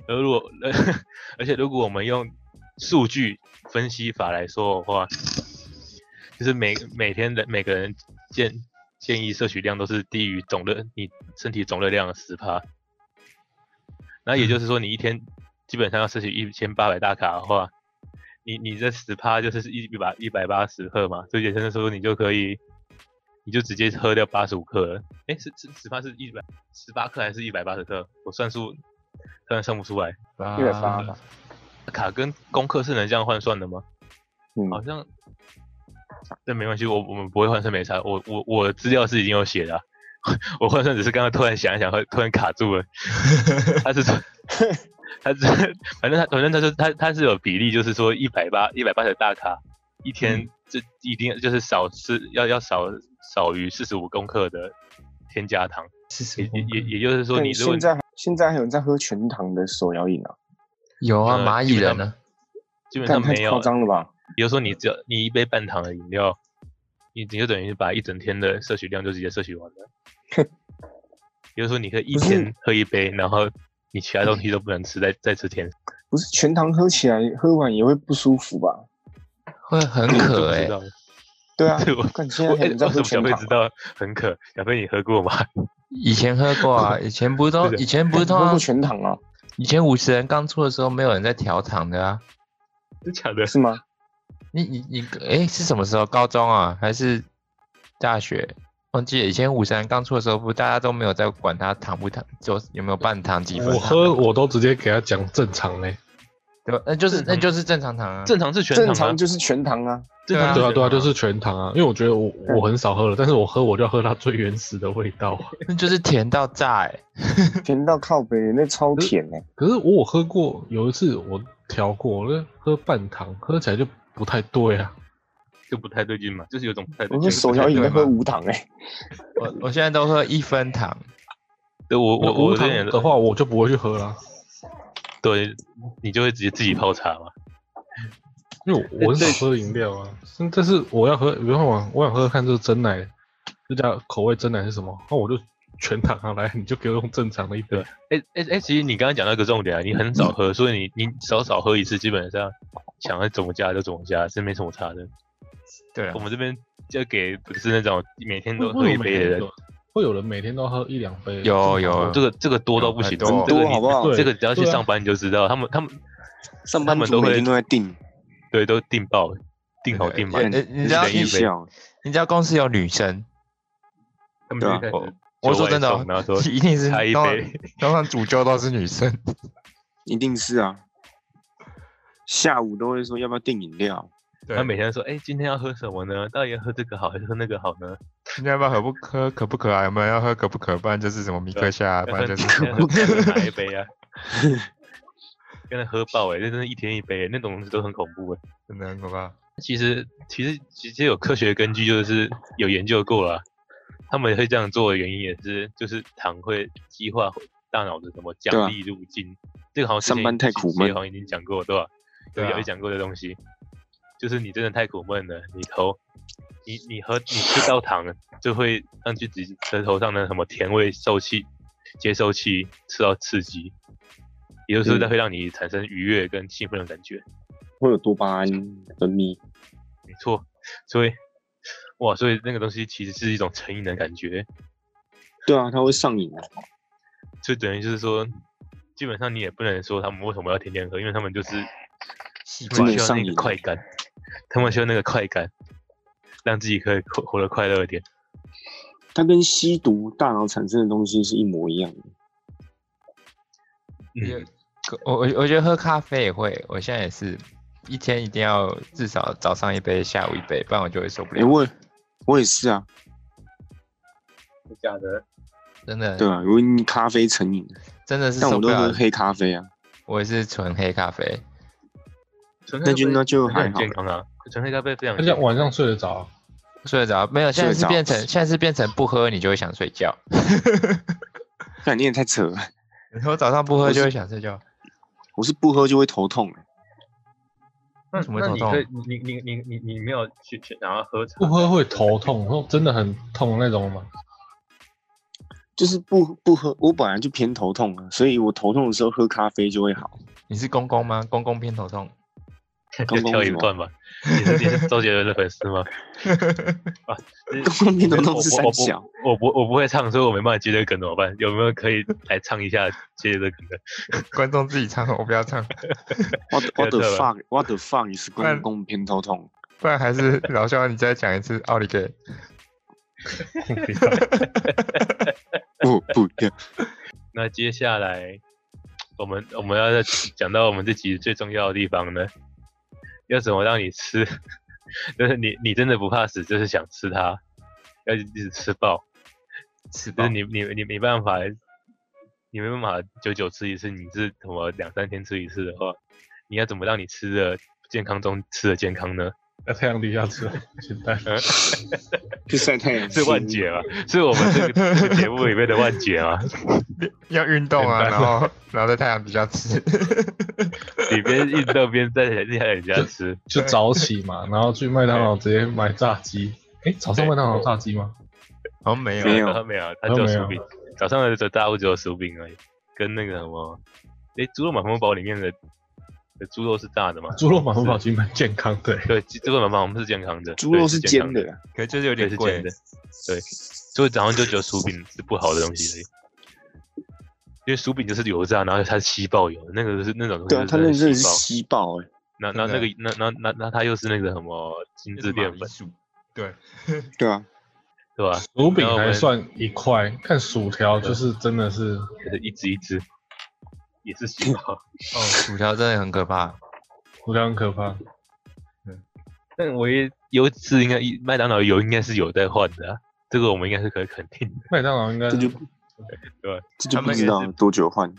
Speaker 1: 而如果 而且如果我们用数据分析法来说的话，就是每每天的每个人建建议摄取量都是低于总热你身体总热量的十趴。那也就是说，你一天基本上要摄取一千八百大卡的话，你你这十趴就是一一百一百八十克嘛，所以简单的说，你就可以，你就直接喝掉八十五克了。哎，是是十趴是一百十八克还是一百八十克？我算数突然算不出来。
Speaker 3: 一百八
Speaker 1: 啊
Speaker 3: 吧，
Speaker 1: 卡跟功课是能这样换算的吗？
Speaker 3: 嗯，
Speaker 1: 好像，但没关系，我我们不会换算没差。我我我的资料是已经有写的啊、 我换算只是刚刚突然想一想，会突然卡住 了。他是说，他是反正他反正他说他他是有比例，就是说一百八一百八十大卡一
Speaker 3: 嗯
Speaker 1: 天，这、一定就是少吃要要少少于四十五公克的添加糖，
Speaker 2: 四十
Speaker 1: 也也也也就是说
Speaker 3: 但
Speaker 1: 你如果
Speaker 3: 现在还现在还有人在喝全糖的手摇饮啊？
Speaker 2: 有啊，
Speaker 1: 呃
Speaker 2: 蚂蚁
Speaker 1: 基本
Speaker 2: 人
Speaker 1: 上
Speaker 2: 呢？
Speaker 1: 基本
Speaker 3: 干
Speaker 1: 上
Speaker 3: 太
Speaker 1: 没有
Speaker 3: 夸张了吧？
Speaker 1: 比如说你只要你一杯半糖的饮料，你你就等于把一整天的摄取量就直接摄取完了。比如说你可以一
Speaker 3: 不是
Speaker 1: 天喝一杯，然后你其他东西都不能吃，再再吃甜食，
Speaker 3: 不是全糖喝起来喝完也会不舒服吧？
Speaker 2: 会很
Speaker 1: 我就
Speaker 2: 渴
Speaker 1: 不
Speaker 2: 哎
Speaker 1: 知、道了。
Speaker 3: 对啊，
Speaker 1: 对我
Speaker 3: 看现在
Speaker 1: 我
Speaker 3: 还有
Speaker 1: 哎
Speaker 3: 人在
Speaker 1: 为什
Speaker 3: 喝
Speaker 1: 么小
Speaker 3: 全
Speaker 1: 飞
Speaker 3: 糖
Speaker 1: 知，道很渴？小飞你喝过吗？
Speaker 2: 以前喝 过啊，以前不是都
Speaker 1: 对的
Speaker 2: 以前不
Speaker 3: 我
Speaker 2: 是通
Speaker 3: 喝过
Speaker 2: 常
Speaker 3: 全糖啊？
Speaker 2: 以前五十人刚出的时候，没有人在调糖的啊。
Speaker 1: 真假 的？
Speaker 3: 是吗？
Speaker 2: 你你你，哎，是什么时候？高中啊，还是大学？忘记了。以前五十人刚出的时候，不大家都没有在管它糖不糖，就有没有半糖几分
Speaker 4: 我
Speaker 2: 糖
Speaker 4: 喝我都直接给他讲正常嘞，
Speaker 2: 对吧？那就是
Speaker 1: 正
Speaker 2: 那
Speaker 1: 常
Speaker 2: 就是正常糖啊。
Speaker 1: 正常是全
Speaker 3: 正
Speaker 1: 糖啊
Speaker 3: 常，就是全糖啊。
Speaker 1: 正常
Speaker 4: 对啊
Speaker 1: 全
Speaker 4: 对啊，
Speaker 1: 糖
Speaker 4: 就是全糖啊，因为我觉得我我很少喝了，但是我喝我就要喝它最原始的味道啊。
Speaker 2: 那就是甜到炸哎、
Speaker 3: 甜到靠北，那超甜哎、
Speaker 4: 可是我有喝过，有一次我调过，那喝半糖喝起来就不太对啊。
Speaker 1: 就不太对劲嘛，就是有种不太对
Speaker 3: 我
Speaker 1: 劲
Speaker 3: 喝。手摇饮
Speaker 2: 对
Speaker 3: 在喝
Speaker 2: 吗
Speaker 3: 无糖哎、
Speaker 2: 我我现在都喝一分糖，
Speaker 1: 对我我我
Speaker 4: 无
Speaker 1: 这
Speaker 4: 糖
Speaker 1: 点
Speaker 4: 的话，我就不会去喝啦，
Speaker 1: 对，你就会直接自己泡茶嘛。
Speaker 4: 因为我我很少喝饮料啊。但但是我要喝，比如说我我想喝喝看这个真奶，这家口味真奶是什么，那我就全糖啊，来你就给我用正常的一杯
Speaker 1: 对。哎哎哎，其实你刚刚讲到一个重点啊，你很少喝，所以你你少少喝一次，基本上想要怎么加就怎么加，是没什么差的。
Speaker 2: 对啊
Speaker 1: 我，们这边就给不是那种每天都喝
Speaker 4: 会
Speaker 1: 一
Speaker 4: 有每
Speaker 1: 杯的
Speaker 4: 天
Speaker 1: 人
Speaker 4: 都，会有人每天都喝一两杯。
Speaker 2: 有有
Speaker 1: 这个这个多到
Speaker 2: 有
Speaker 1: 不行，
Speaker 2: 很多
Speaker 1: 这
Speaker 3: 嗯多
Speaker 1: 个
Speaker 3: 好不好
Speaker 1: 你这
Speaker 4: 对
Speaker 1: 个只要去
Speaker 4: 对啊
Speaker 1: 上班你就知道，他们他们
Speaker 3: 上
Speaker 1: 班
Speaker 3: 班
Speaker 1: 族
Speaker 3: 族
Speaker 1: 每
Speaker 3: 每
Speaker 1: 天
Speaker 3: 天都在订，
Speaker 1: 对都订爆，订好订满
Speaker 3: 啊
Speaker 2: 呃，呃你知道
Speaker 1: 一人
Speaker 2: 你
Speaker 1: 一杯，
Speaker 3: 笑，
Speaker 2: 你知道公司有女生，
Speaker 1: 他们
Speaker 3: 对
Speaker 1: 就
Speaker 3: 啊
Speaker 1: 开始
Speaker 2: 我我说真的、
Speaker 1: 叫外
Speaker 2: 哦
Speaker 1: 送然后说，啊
Speaker 2: 一定是
Speaker 1: 开一
Speaker 2: 通常
Speaker 1: 杯，
Speaker 2: 通常主教都是女生，
Speaker 3: 一定是啊。下午都会说要不要订饮料，
Speaker 2: 对
Speaker 1: 他每天说，哎，今天要喝什么呢？到底要喝这个好还是喝那个好呢？
Speaker 2: 你要不要喝不喝可不可爱？我们要喝可不可，不然就是什么米克夏，啊不
Speaker 1: 要
Speaker 2: 然
Speaker 1: 喝
Speaker 2: 就是
Speaker 1: 要喝要 喝哪一杯 啊？跟他喝爆哎、那真的一天一杯、欸，那种东西都很恐怖哎、
Speaker 2: 真的很可怕。
Speaker 1: 其实其实其实有科学根据，就是有研究过啦。他们会这样做的原因也是，就是糖会激化大脑的什么
Speaker 3: 对
Speaker 1: 奖
Speaker 3: 啊
Speaker 1: 励路径。这个好像之
Speaker 3: 上
Speaker 1: 前
Speaker 3: 班太
Speaker 1: 几
Speaker 3: 苦
Speaker 1: 集
Speaker 3: 闷
Speaker 1: 好像已经讲过，对吧？
Speaker 2: 对
Speaker 1: 有
Speaker 2: 啊
Speaker 1: 有讲过的东西，就是你真的太苦闷了，你头，你你喝你吃到糖就会让自己舌头上的什么甜味受气接收器吃到刺激，也就是说它
Speaker 3: 嗯
Speaker 1: 会让你产生愉悦跟兴奋的感觉。
Speaker 3: 会有多巴胺分泌。
Speaker 1: 没错，所以哇，所以那个东西其实是一种成瘾的感觉，
Speaker 3: 对啊，它会上瘾啊。
Speaker 1: 就等于就是说，基本上你也不能说他们为什么要天天喝，因为他们就是
Speaker 2: 习
Speaker 1: 他
Speaker 3: 真
Speaker 1: 们需
Speaker 3: 的
Speaker 1: 要
Speaker 3: 上
Speaker 1: 那
Speaker 3: 瘾
Speaker 1: 个快感，他们需要那个快感，让自己可以活活得快乐一点。
Speaker 3: 它跟吸毒大脑产生的东西是一模一样的。
Speaker 2: 也
Speaker 1: 嗯，
Speaker 2: 可我我我觉得喝咖啡也会，我现在也是一天一定要至少早上一杯，下午一杯，不然我就会受不
Speaker 3: 哎、
Speaker 2: 了。
Speaker 3: 我我也是啊，
Speaker 1: 假的，
Speaker 2: 真的，
Speaker 3: 对啊，因为你咖啡成瘾，
Speaker 2: 真的是
Speaker 3: 但
Speaker 2: 受
Speaker 3: 我
Speaker 2: 不
Speaker 3: 都
Speaker 2: 了
Speaker 3: 喝。黑咖啡啊。
Speaker 2: 我也是纯黑咖啡，
Speaker 3: 那就那就还
Speaker 1: 很
Speaker 3: 好
Speaker 1: 健康啊，纯黑咖啡非常
Speaker 4: 而
Speaker 1: 健
Speaker 4: 且
Speaker 1: 康。
Speaker 4: 晚上睡得着，
Speaker 2: 睡得着没有？现在
Speaker 3: 睡
Speaker 2: 是
Speaker 3: 得着
Speaker 2: 变成现在是变成不喝你就会想睡觉，
Speaker 3: 那你也太扯了，
Speaker 2: 我早上不喝
Speaker 3: 我是
Speaker 2: 就会想睡觉。
Speaker 3: 我是不喝就会头痛、欸。
Speaker 1: 那
Speaker 2: 什么
Speaker 1: 那
Speaker 2: 头
Speaker 1: 你
Speaker 2: 痛
Speaker 1: 可以，你你你你你没有去去想要喝茶
Speaker 4: 不喝会头痛，然后真的很痛那种嘛。
Speaker 3: 就是不不喝，我本来就偏头痛啊，所以我头痛的时候喝咖啡就会 好。
Speaker 2: 你是公公吗？公公偏头痛。
Speaker 1: 就
Speaker 3: 公公哦
Speaker 1: 跳
Speaker 3: 什
Speaker 1: 一
Speaker 3: 么
Speaker 1: 段吧。你是你是周杰伦的粉丝 吗？啊，公
Speaker 3: 公公偏 头痛是三小，
Speaker 1: 我不我不会唱，所以我没办法接这个梗怎么办？有没有可以来唱一下接这个梗的？
Speaker 2: 观众自己唱，我不要唱，
Speaker 3: What the- what the
Speaker 1: 不要这
Speaker 3: fuck what the fuck 是
Speaker 2: 然
Speaker 3: 公公偏头痛，
Speaker 2: 不然还 是老肖你再讲一次奥利给。
Speaker 3: 我不要。
Speaker 1: 那接下来我们我们要再讲到我们这集最重要的地方呢，要怎么让你吃？ 就是你你真的不怕死，就是想吃它，要一直吃爆，
Speaker 2: 是
Speaker 1: 就是你你你没办法，你没办法久久吃一次，你是什么两三天吃一次的话，你要怎么让你吃的健康中吃的健康呢？
Speaker 4: 在太阳底下吃， 简单。
Speaker 3: 去晒太阳
Speaker 1: 是万劫吗？是我们这个这个节目里面的万劫 吗？
Speaker 2: 要运动啊，
Speaker 4: 简
Speaker 2: 然
Speaker 4: 单
Speaker 2: 后然后在太阳底下吃。
Speaker 1: 你边运动边在在在人家吃，
Speaker 4: 就早起 嘛，然后去麦当劳直接买炸鸡。哎，早上麦当劳有炸鸡吗？
Speaker 2: 好像没有 啊
Speaker 3: 没有
Speaker 1: 他没有，他
Speaker 4: 都
Speaker 1: 只有
Speaker 4: 没
Speaker 1: 薯
Speaker 4: 有
Speaker 1: 饼。早上的大物只有薯饼而已，跟那个什么，诶，猪肉满汉堡里面的的猪肉是炸的嘛？
Speaker 4: 啊猪肉满汉堡其实蛮健康的，
Speaker 1: 对，鸡猪肉满汉堡是健康的，
Speaker 3: 猪肉
Speaker 1: 对
Speaker 3: 是
Speaker 1: 是
Speaker 3: 煎
Speaker 1: 康
Speaker 3: 的
Speaker 1: 的，
Speaker 3: 啦，
Speaker 2: 可是就是有
Speaker 1: 对，
Speaker 2: 点
Speaker 1: 是
Speaker 2: 贵
Speaker 1: 煎的。，对，所以早上就觉得薯饼是不好的东西而已。因为薯饼就是油炸，然后它是吸爆油，那个是那种东西
Speaker 3: 对啊，
Speaker 1: 就
Speaker 3: 他那真的是
Speaker 1: 吸爆
Speaker 3: 吸爆哎、
Speaker 1: 那那那
Speaker 2: 真
Speaker 1: 个
Speaker 2: 的
Speaker 1: 那那那那它又是那个什么精
Speaker 2: 就
Speaker 1: 致
Speaker 2: 是
Speaker 1: 淀
Speaker 2: 马
Speaker 1: 粉
Speaker 2: 铃，薯。对，
Speaker 3: 对啊，
Speaker 1: 对吧？
Speaker 4: 薯饼还算一块，看薯条就是真的是
Speaker 1: 就是一只一只，也是洗脑。
Speaker 2: 哦，薯条真的很可怕。
Speaker 4: 薯条很可怕。
Speaker 1: 但唯一优质应该一麦当劳油应该是有在换的、啊，这个我们应该是可以肯定的。
Speaker 4: 麦当劳应该
Speaker 3: 这就这就
Speaker 2: 他
Speaker 3: 不
Speaker 2: 们
Speaker 3: 知道
Speaker 1: 也是
Speaker 3: 多久换。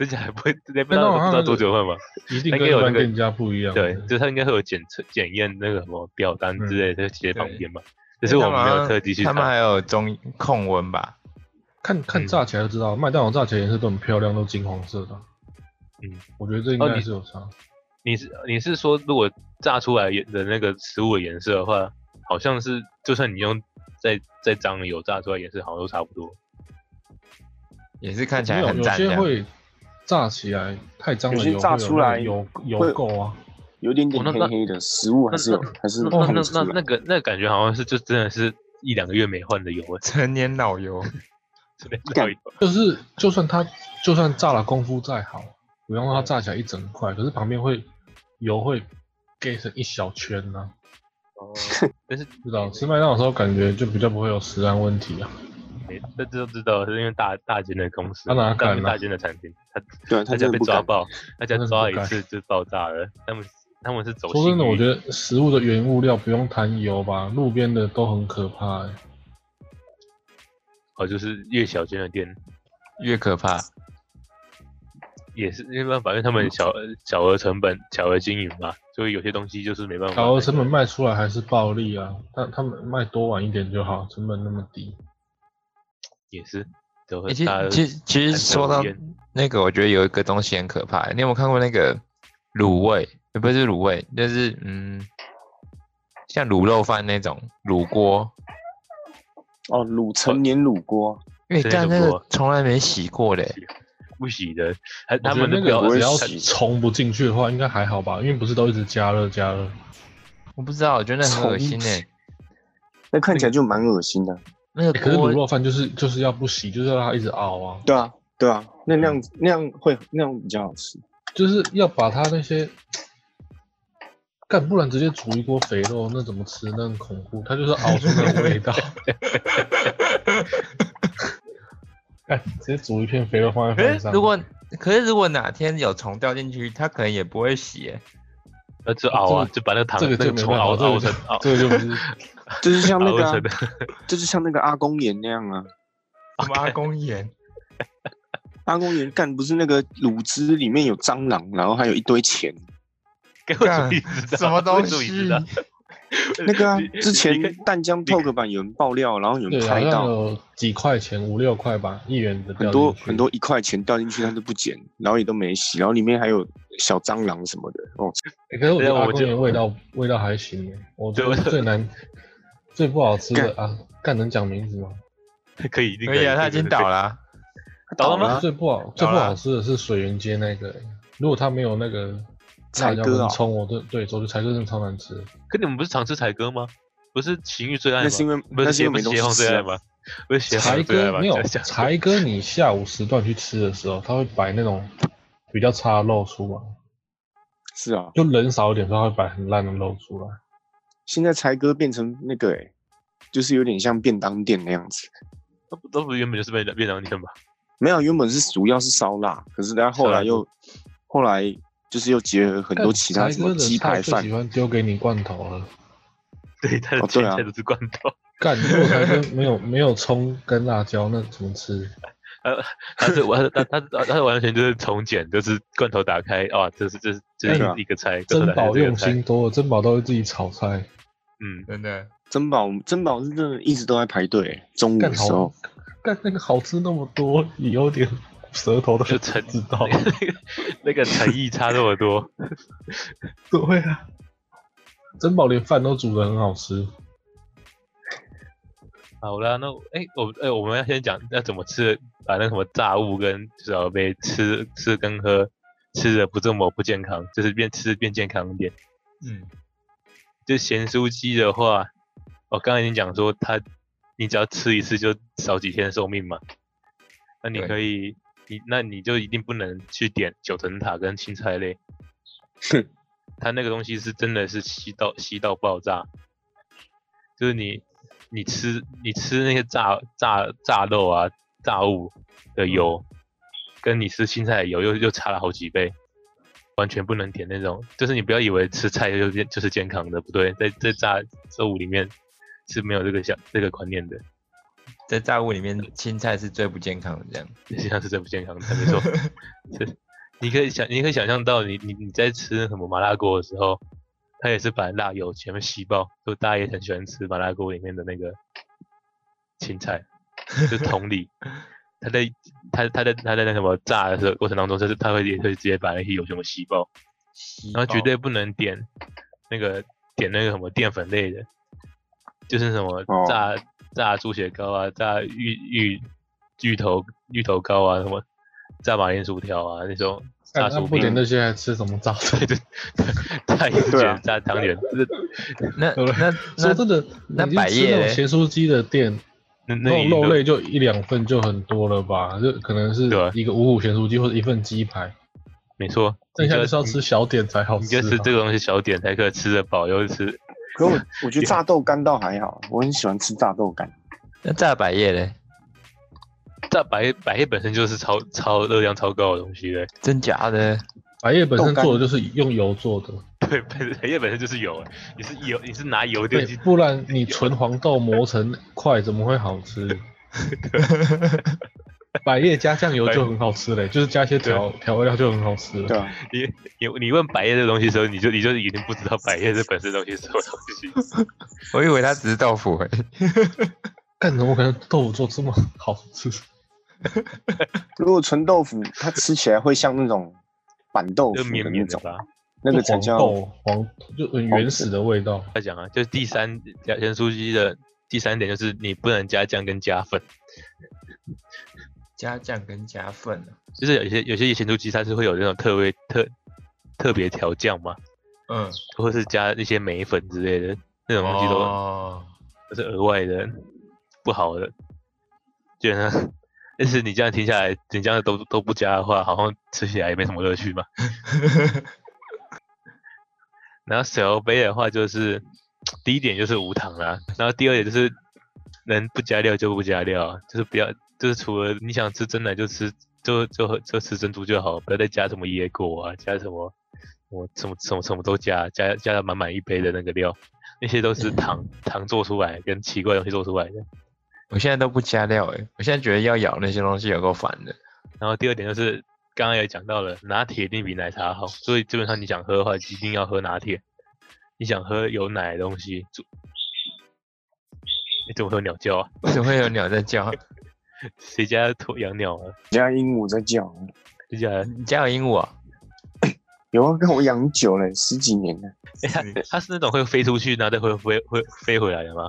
Speaker 1: 而且还不会，麦
Speaker 4: 麦
Speaker 1: 当
Speaker 4: 当
Speaker 1: 劳
Speaker 4: 劳
Speaker 1: 不知
Speaker 4: 它
Speaker 1: 道
Speaker 4: 那
Speaker 1: 多
Speaker 4: 个
Speaker 1: 久换吧？
Speaker 4: 一
Speaker 1: 应
Speaker 4: 定
Speaker 1: 该
Speaker 4: 跟一
Speaker 1: 有
Speaker 4: 般
Speaker 1: 那个
Speaker 4: 店家不一样。
Speaker 1: 对，就是它应该会有检测检验那个什么表单之类
Speaker 4: 嗯
Speaker 1: 的，就写在旁边嘛。只是我们没有特地去
Speaker 2: 他们
Speaker 1: 查。
Speaker 2: 还有中控温吧？
Speaker 4: 看看
Speaker 2: 嗯
Speaker 4: 炸起来就知道，麦当劳炸起来颜色都很漂亮，都金黄色的。
Speaker 1: 嗯，
Speaker 4: 我觉得这应
Speaker 1: 哦
Speaker 4: 该
Speaker 1: 你
Speaker 4: 是有差。
Speaker 1: 你是你是说，如果炸出来的那个食物的颜色的话，好像是就算你用再再脏的油炸出来颜色，好像都差不多。
Speaker 2: 也是看起
Speaker 4: 没
Speaker 2: 来
Speaker 4: 有，
Speaker 2: 很
Speaker 4: 有
Speaker 2: 赞这
Speaker 4: 些
Speaker 2: 样。
Speaker 4: 会炸起来太脏了，
Speaker 3: 有些炸
Speaker 4: 会有
Speaker 3: 出
Speaker 4: 那个
Speaker 3: 来
Speaker 4: 油
Speaker 3: 会
Speaker 4: 油垢啊。
Speaker 3: 有点
Speaker 1: 哦
Speaker 3: 点
Speaker 1: 那
Speaker 3: 黑
Speaker 1: 那
Speaker 3: 黑的，食物还是有
Speaker 1: 那，
Speaker 3: 还是
Speaker 1: 那
Speaker 3: 看
Speaker 1: 那
Speaker 3: 得
Speaker 1: 那
Speaker 3: 出
Speaker 1: 那
Speaker 3: 来。
Speaker 1: 个那个感觉好像是就真的是一两个月没换的油了，
Speaker 2: 成年老 油，
Speaker 1: 真的
Speaker 3: 干
Speaker 1: 有一种
Speaker 4: 就是就算它就算炸了功夫再好，不用让它炸起来一整块，可是旁边会油会 g 成一小圈呢、
Speaker 1: 哦 但是
Speaker 4: 不知道吃麦当劳的时候感觉就比较不会有食安问题啊。
Speaker 1: 没，这这都知道，是因为大大间的公司，
Speaker 4: 他哪
Speaker 1: 大
Speaker 4: 敢啊
Speaker 1: 大间的产品，他
Speaker 3: 对啊，他
Speaker 1: 只要
Speaker 3: 真
Speaker 1: 被
Speaker 3: 的不
Speaker 1: 抓
Speaker 3: 敢。
Speaker 1: 爆，他只要
Speaker 4: 真的不
Speaker 1: 抓一
Speaker 4: 敢
Speaker 1: 次就爆炸了。他们他们是走
Speaker 4: 说真的，
Speaker 1: 信誉
Speaker 4: 我觉得食物的原物料不用谈油吧，路边的都很可怕、欸。
Speaker 1: 哦，就是越小间的店
Speaker 2: 越可怕。
Speaker 1: 也是没办法，因为他们小
Speaker 3: 嗯
Speaker 1: 额小额成本、小额经营嘛，所以有些东西就是没办法。
Speaker 4: 小额成本卖出来还是暴利啊，但他们卖多晚一点就好，成本那么低。
Speaker 1: 也是，都
Speaker 2: 欸
Speaker 3: 哎
Speaker 1: 会
Speaker 2: 其
Speaker 1: 大家
Speaker 2: 实其实其实
Speaker 1: 很
Speaker 2: 说
Speaker 1: 讨
Speaker 2: 到
Speaker 1: 厌
Speaker 2: 那个，我觉得有一个东西很可怕。你有没有看过那个卤味？呃不是卤味，就是嗯，像卤肉饭那种卤锅，
Speaker 3: 哦，卤成年卤锅，啊
Speaker 2: 因为
Speaker 1: 谁
Speaker 2: 哎干
Speaker 1: 卤
Speaker 2: 那个
Speaker 1: 锅
Speaker 2: 从来没洗过的欸，
Speaker 1: 不洗的，他
Speaker 4: 我
Speaker 1: 他
Speaker 4: 觉得
Speaker 1: 们的
Speaker 4: 那
Speaker 1: 标
Speaker 4: 个只
Speaker 1: 他
Speaker 4: 要
Speaker 1: 他
Speaker 4: 冲不进去的话，应该还好吧，因为不是都一直加热加热。
Speaker 2: 我不知道，我觉得那很恶
Speaker 3: 从
Speaker 2: 心哎。
Speaker 3: 那看起来就蛮恶心的。
Speaker 2: 那
Speaker 4: 欸可是
Speaker 2: 个
Speaker 4: 卤
Speaker 2: 锅
Speaker 4: 肉饭就是就是要不洗，就是要让它一直熬啊，
Speaker 3: 对啊，对啊，那那样那样会那样比较好吃。
Speaker 4: 就是要把它那些干不然直接煮一锅肥肉，那怎么吃？那很恐怖，它就是熬出那个味道。干直接煮一片肥肉放在
Speaker 2: 可
Speaker 4: 饭
Speaker 2: 是
Speaker 4: 上。
Speaker 2: 哎如果可是如果哪天有虫掉进去，它可能也不会洗。欸
Speaker 1: 那就熬啊，
Speaker 4: 这
Speaker 1: 就把那糖
Speaker 4: 这个
Speaker 1: 那
Speaker 4: 就
Speaker 1: 个
Speaker 4: 没
Speaker 1: 虫
Speaker 4: 办法
Speaker 1: 熬
Speaker 4: 这个
Speaker 1: 熬
Speaker 4: 就
Speaker 1: 成 熬
Speaker 4: 这个就不是
Speaker 3: 就 是像那
Speaker 1: 熬
Speaker 3: 个啊、
Speaker 1: 成的，
Speaker 3: 就是像那个阿公盐那样啊。
Speaker 2: 什么阿公盐？
Speaker 3: 阿公盐干不是那个卤汁里面有蟑螂，然后还有一堆钱。
Speaker 1: 给我注意知道
Speaker 2: 什么东
Speaker 1: 为什么你知
Speaker 2: 西？
Speaker 1: 道
Speaker 3: 那个啊
Speaker 1: 你，
Speaker 3: 之
Speaker 1: 你看
Speaker 3: 前淡江 Talk 版有人爆料，然后有人
Speaker 4: 对，好
Speaker 3: 拍
Speaker 4: 像
Speaker 3: 到
Speaker 4: 有几块钱，五六块吧，一元的
Speaker 3: 很
Speaker 4: 掉进去
Speaker 3: 多很多一块钱掉进去，他都不捡，然后也都没洗，然后里面还有小蟑螂什么的。哦，
Speaker 4: 欸可是我觉得
Speaker 1: 对啊
Speaker 4: 阿
Speaker 1: 我
Speaker 4: 公
Speaker 1: 就
Speaker 4: 园味道味道还行耶，我觉得
Speaker 1: 对我
Speaker 4: 最难、最不好吃的啊，干能讲名字吗？
Speaker 1: 可以，
Speaker 2: 可以啊，它已经倒
Speaker 1: 了，
Speaker 2: 了啊、
Speaker 1: 倒了吗？
Speaker 3: 啊
Speaker 4: 最不好最
Speaker 2: 好
Speaker 4: 不
Speaker 2: 啦
Speaker 4: 好吃的是水源街那个耶，如果它没有那个
Speaker 3: 才
Speaker 4: 辣椒
Speaker 3: 哥
Speaker 4: 跟
Speaker 3: 哦
Speaker 4: 葱，我都对，我觉得才哥真的超难吃。
Speaker 1: 可你们不是常吃才哥吗？不是情欲最爱吗？
Speaker 3: 那是因为
Speaker 1: 不
Speaker 3: 那
Speaker 1: 是
Speaker 3: 是
Speaker 1: 邪
Speaker 3: 因为
Speaker 1: 不
Speaker 3: 没
Speaker 1: 是
Speaker 3: 东
Speaker 1: 邪
Speaker 3: 西
Speaker 1: 皇最
Speaker 3: 吃
Speaker 1: 爱
Speaker 3: 啊。
Speaker 1: 吗？不是邪
Speaker 4: 才
Speaker 1: 皇最爱
Speaker 4: 哥
Speaker 1: 吗？
Speaker 4: 没有，
Speaker 1: 讲讲
Speaker 4: 才哥你下午时段去吃的时候，他会摆那种比较差的肉出来，
Speaker 3: 是啊，
Speaker 4: 就人少一点，他会摆很烂的肉出 来。
Speaker 3: 现在才哥变成那个、欸，就是有点像便当店那样子。
Speaker 1: 都不都不原本就是便当便当店吧？
Speaker 3: 没有，原本是主要是烧腊，可是他后来又后来就是又结合很多其他
Speaker 4: 干
Speaker 3: 什
Speaker 4: 呃才哥
Speaker 3: 么
Speaker 4: 的
Speaker 3: 鸡
Speaker 4: 菜
Speaker 3: 排
Speaker 4: 最
Speaker 3: 饭
Speaker 4: 喜，欢丢给你罐头了。
Speaker 1: 对，他的
Speaker 3: 哦对
Speaker 1: 前
Speaker 3: 啊
Speaker 1: 菜都是罐头，
Speaker 4: 干，如果才哥没有 没有葱跟辣椒，那怎么吃？
Speaker 1: 他是完他他他他完全就是从简，就是罐头打开啊，这是这是这
Speaker 3: 对啊
Speaker 1: 是一个菜，罐头打
Speaker 4: 哎珍
Speaker 1: 开
Speaker 4: 宝
Speaker 1: 这个
Speaker 4: 用
Speaker 1: 菜，
Speaker 4: 心多了，珍宝都会自己炒菜，
Speaker 1: 嗯，
Speaker 2: 真的。
Speaker 3: 珍宝珍宝是真的一直都在排队、欸中午
Speaker 4: 干
Speaker 3: 的时
Speaker 4: 好
Speaker 3: 候，
Speaker 4: 干那个好吃那么多，也有点舌头都
Speaker 1: 就陈。
Speaker 4: 知道
Speaker 1: 那个诚意差那么多，
Speaker 4: 对啊，珍宝连饭都煮的很好吃，
Speaker 1: 好啦，那哎、我哎、我们要先讲要怎么吃，把那什么炸物跟小杯吃吃跟喝，吃的不这么不健康，就是变吃变健康一点。
Speaker 2: 嗯，
Speaker 1: 就咸酥鸡的话，我刚才已经讲说它，你只要吃一次就少几天寿命嘛。那你
Speaker 2: 对
Speaker 1: 可以，你那你就一定不能去点九层塔跟青菜类，
Speaker 3: 哼
Speaker 1: 它那个东西是真的是吸到吸到爆炸，就是你你吃你吃那些炸炸炸肉啊炸物的油，跟你吃青菜的油又又差了好几倍，完全不能点那种，就是你不要以为吃菜就健就是健康的，不对，在在炸肉物里面是没有这个想这个观念的，
Speaker 2: 在炸物里面，青菜是最不健康的，这样。
Speaker 1: 实际上是最不健康的，没错。是，你可以想，你可以想象到你你你在吃什么麻辣锅的时候，它也是把辣油全部吸爆，就大家也很喜欢吃麻辣锅里面的那个青菜，就是同理，它在它它在它在那什么炸的时候过程当中，就是它会也会直接把那些油全部吸爆。然
Speaker 4: 哦
Speaker 1: 后绝对不能点那个点那个什么淀粉类的，就是什么
Speaker 3: 哦
Speaker 1: 炸、炸猪血糕啊，炸芋芋芋头芋头糕啊，什么炸马铃薯条啊那种炸
Speaker 4: 干那
Speaker 1: 薯
Speaker 4: 不点
Speaker 1: 饼，
Speaker 4: 那些还吃什么 早餐？
Speaker 1: 炸鱼
Speaker 3: 对啊
Speaker 1: 卷、炸汤圆，这
Speaker 2: 那
Speaker 4: 对不对
Speaker 2: 那
Speaker 4: 说
Speaker 2: 那
Speaker 4: 真的，
Speaker 2: 那
Speaker 4: 你去
Speaker 2: 百
Speaker 4: 吃
Speaker 2: 叶
Speaker 4: 那种
Speaker 2: 嘞
Speaker 4: 咸酥鸡的店，
Speaker 1: 那那
Speaker 4: 那种
Speaker 1: 一
Speaker 4: 肉
Speaker 1: 个
Speaker 4: 类就一两份就很多了吧？就可能是
Speaker 1: 对啊
Speaker 4: 一个五谷咸酥鸡或者一份鸡排，
Speaker 1: 没错，
Speaker 4: 剩
Speaker 1: 你
Speaker 4: 下
Speaker 1: 就
Speaker 4: 就是要
Speaker 1: 你
Speaker 4: 吃小点才好
Speaker 1: 你
Speaker 4: 吃
Speaker 1: 就
Speaker 4: 啊。
Speaker 1: 吃这个东西小点才可以吃得饱，又吃
Speaker 3: 可我我觉得炸豆干倒还好，我很喜欢吃炸豆干。
Speaker 2: 那炸百叶嘞？
Speaker 1: 炸白白叶本身就是超超热量超高的东西嘞，
Speaker 2: 真假的？
Speaker 4: 百叶本身
Speaker 3: 豆干
Speaker 4: 做的就是用油做的，
Speaker 1: 对，白叶本身就是油，你是油你是拿油丢
Speaker 4: 对
Speaker 1: 进，
Speaker 4: 不然你纯黄豆磨成块怎么会好 吃？百叶加酱油就很好吃嘞，就是加一些调调味料就很好吃
Speaker 3: 对
Speaker 4: 了。
Speaker 3: 啊，
Speaker 1: 你你你问百叶这个东西的时候，你就你就已经不知道百叶这本身东西是什么东西。
Speaker 2: 我以为它只是豆腐欸诶、
Speaker 4: 干怎么可能豆腐做这么好吃？
Speaker 3: 如果纯豆腐，它吃起来会像那种板豆腐
Speaker 1: 就绵
Speaker 3: 的那
Speaker 1: 绵的
Speaker 3: 种，
Speaker 1: 吧。
Speaker 3: 那个
Speaker 4: 就
Speaker 3: 才
Speaker 4: 黄
Speaker 3: 叫
Speaker 4: 豆黄就很原始的味道。
Speaker 1: 他讲啊，就是第三盐酥鸡的第三点就是你不能加酱跟加粉，
Speaker 2: 加酱跟加粉啊。
Speaker 1: 就是有些有些咸酥鸡它是会有那种特味特特别调酱嘛，
Speaker 2: 嗯，
Speaker 1: 或是加一些梅粉之类的那种东西都、
Speaker 2: 哦，
Speaker 1: 都是额外的不好的。觉得呢，但是你这样听下来，你这样都都不加的话，好像吃起来也没什么乐趣嘛。然后小杯的话就是第一点就是无糖啦，然后第二点就是能不加料就不加料啊，就是不要就是除了你想吃真奶就吃就就喝就吃珍珠就好，不要再加什么椰果啊，加什么我什么什么什么都加，加加到满满一杯的那个料，那些都是糖糖做出来跟奇怪的东西做出来的。
Speaker 2: 我现在都不加料诶、我现在觉得要咬那些东西有够烦的。
Speaker 1: 然后第二点就是刚刚也讲到了，拿铁一定比奶茶好，所以基本上你想喝的话，一定要喝拿铁。你想喝有奶的东西，煮你怎么会有鸟叫啊？
Speaker 2: 为什么会有鸟在叫？
Speaker 1: 谁家托养鸟啊？
Speaker 3: 家鹦鹉在叫，
Speaker 1: 接下来，
Speaker 2: 你家有鹦鹉啊？
Speaker 3: 有啊，跟我养很久了，十几年了。
Speaker 1: 哎、它它是那种会飞出去，然后再会飞会飞回来的吗？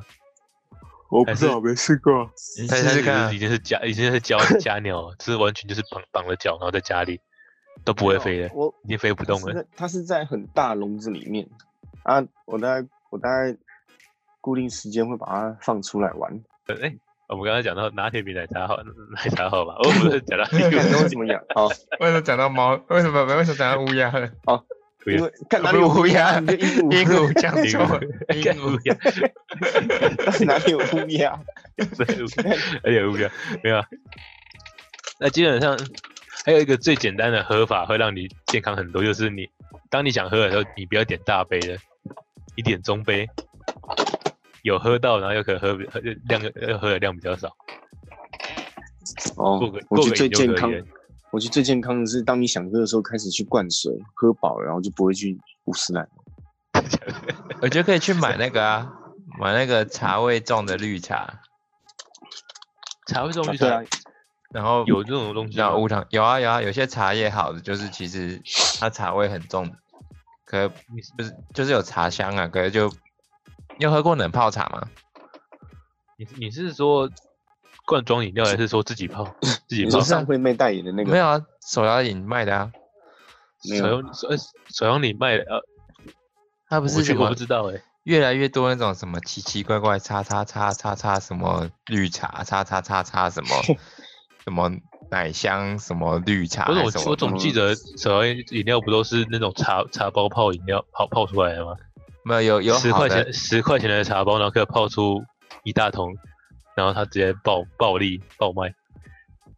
Speaker 3: 我
Speaker 1: 还
Speaker 3: 不
Speaker 1: 是
Speaker 3: 知道，没试过。
Speaker 2: 你
Speaker 1: 它
Speaker 2: 试
Speaker 1: 它
Speaker 2: 试
Speaker 1: 已
Speaker 2: 看
Speaker 1: 经
Speaker 2: 啊
Speaker 1: 已。经是家已经是家家鸟了，是完全就是绑绑了脚，然后在家里都不会飞的，
Speaker 3: 我
Speaker 1: 已经飞不欸动
Speaker 3: 它是
Speaker 1: 了。哦
Speaker 3: 在它是在很大笼子里面啊，我大概我大概固定时间会把它放出来 玩。
Speaker 1: 我们刚刚讲到拿铁比奶茶好， 奶茶好吧？我们是讲到
Speaker 3: 看它为什么养？哦
Speaker 2: 为什么讲到猫？为什么为什么讲到乌鸦了？
Speaker 1: 对
Speaker 3: 因为看哪里
Speaker 2: 不
Speaker 3: 有
Speaker 2: 是乌鸦
Speaker 3: 你就鹦鹉
Speaker 2: 鹦鹉讲
Speaker 1: 鹦
Speaker 2: 错
Speaker 1: 鹉
Speaker 2: 了，鹦
Speaker 1: 鹦
Speaker 2: 鹉
Speaker 1: 鹉。
Speaker 3: 哪里有乌鸦？
Speaker 1: 有点无聊，没有啊。那基本上还有一个最简单的喝法，会让你健康很多，就是你当你想喝的时候，你不要点大杯的，你点中杯，有喝到，然后又可以喝喝量又喝的量比较少，
Speaker 3: 哦
Speaker 1: 过个，
Speaker 3: 我
Speaker 1: 过个
Speaker 3: 觉得最
Speaker 1: 瘾就
Speaker 3: 健
Speaker 1: 可
Speaker 3: 康
Speaker 1: 以，了。
Speaker 3: 我觉得最健康的是，当你想喝的时候开始去灌水，喝饱了，然后就不会去五十兰。
Speaker 2: 我觉得可以去买那个啊，买那个茶味重的绿茶，
Speaker 1: 茶会这种
Speaker 3: 啊
Speaker 1: 绿
Speaker 3: 对
Speaker 1: 茶
Speaker 3: 啊，
Speaker 2: 然后
Speaker 1: 有这种东西
Speaker 2: 然
Speaker 1: 吗
Speaker 2: 后无糖有啊有啊，有些茶叶好的就是其实它茶味很重，可不是就是有茶香啊，可是就你有喝过冷泡茶吗？
Speaker 1: 你你是说罐装饮料，还是说自己泡？自己
Speaker 3: 你
Speaker 1: 泡
Speaker 3: 说？上惠妹代言的那个
Speaker 2: 没有啊，手摇饮卖的啊，
Speaker 3: 没
Speaker 1: 手
Speaker 3: 有？
Speaker 1: 摇手呃手摇你卖的呃，
Speaker 2: 它不
Speaker 1: 不
Speaker 2: 是什
Speaker 1: 我
Speaker 2: 么
Speaker 1: 不知道哎，
Speaker 2: 越来越多那种什么奇奇怪怪叉叉叉叉叉什么绿茶叉叉叉叉 什么什么奶香什么绿茶
Speaker 1: 我
Speaker 2: 还
Speaker 1: 总
Speaker 2: 是什
Speaker 1: 我
Speaker 2: 么
Speaker 1: 总
Speaker 2: 的，
Speaker 1: 记得手摇饮料不都是那种茶茶包泡饮料泡泡出来的吗？
Speaker 2: 没有有有
Speaker 1: 十
Speaker 2: 好
Speaker 1: 块
Speaker 2: 的
Speaker 1: 钱十块钱的茶包，然后可以泡出一大桶，然后它直接爆暴利爆卖。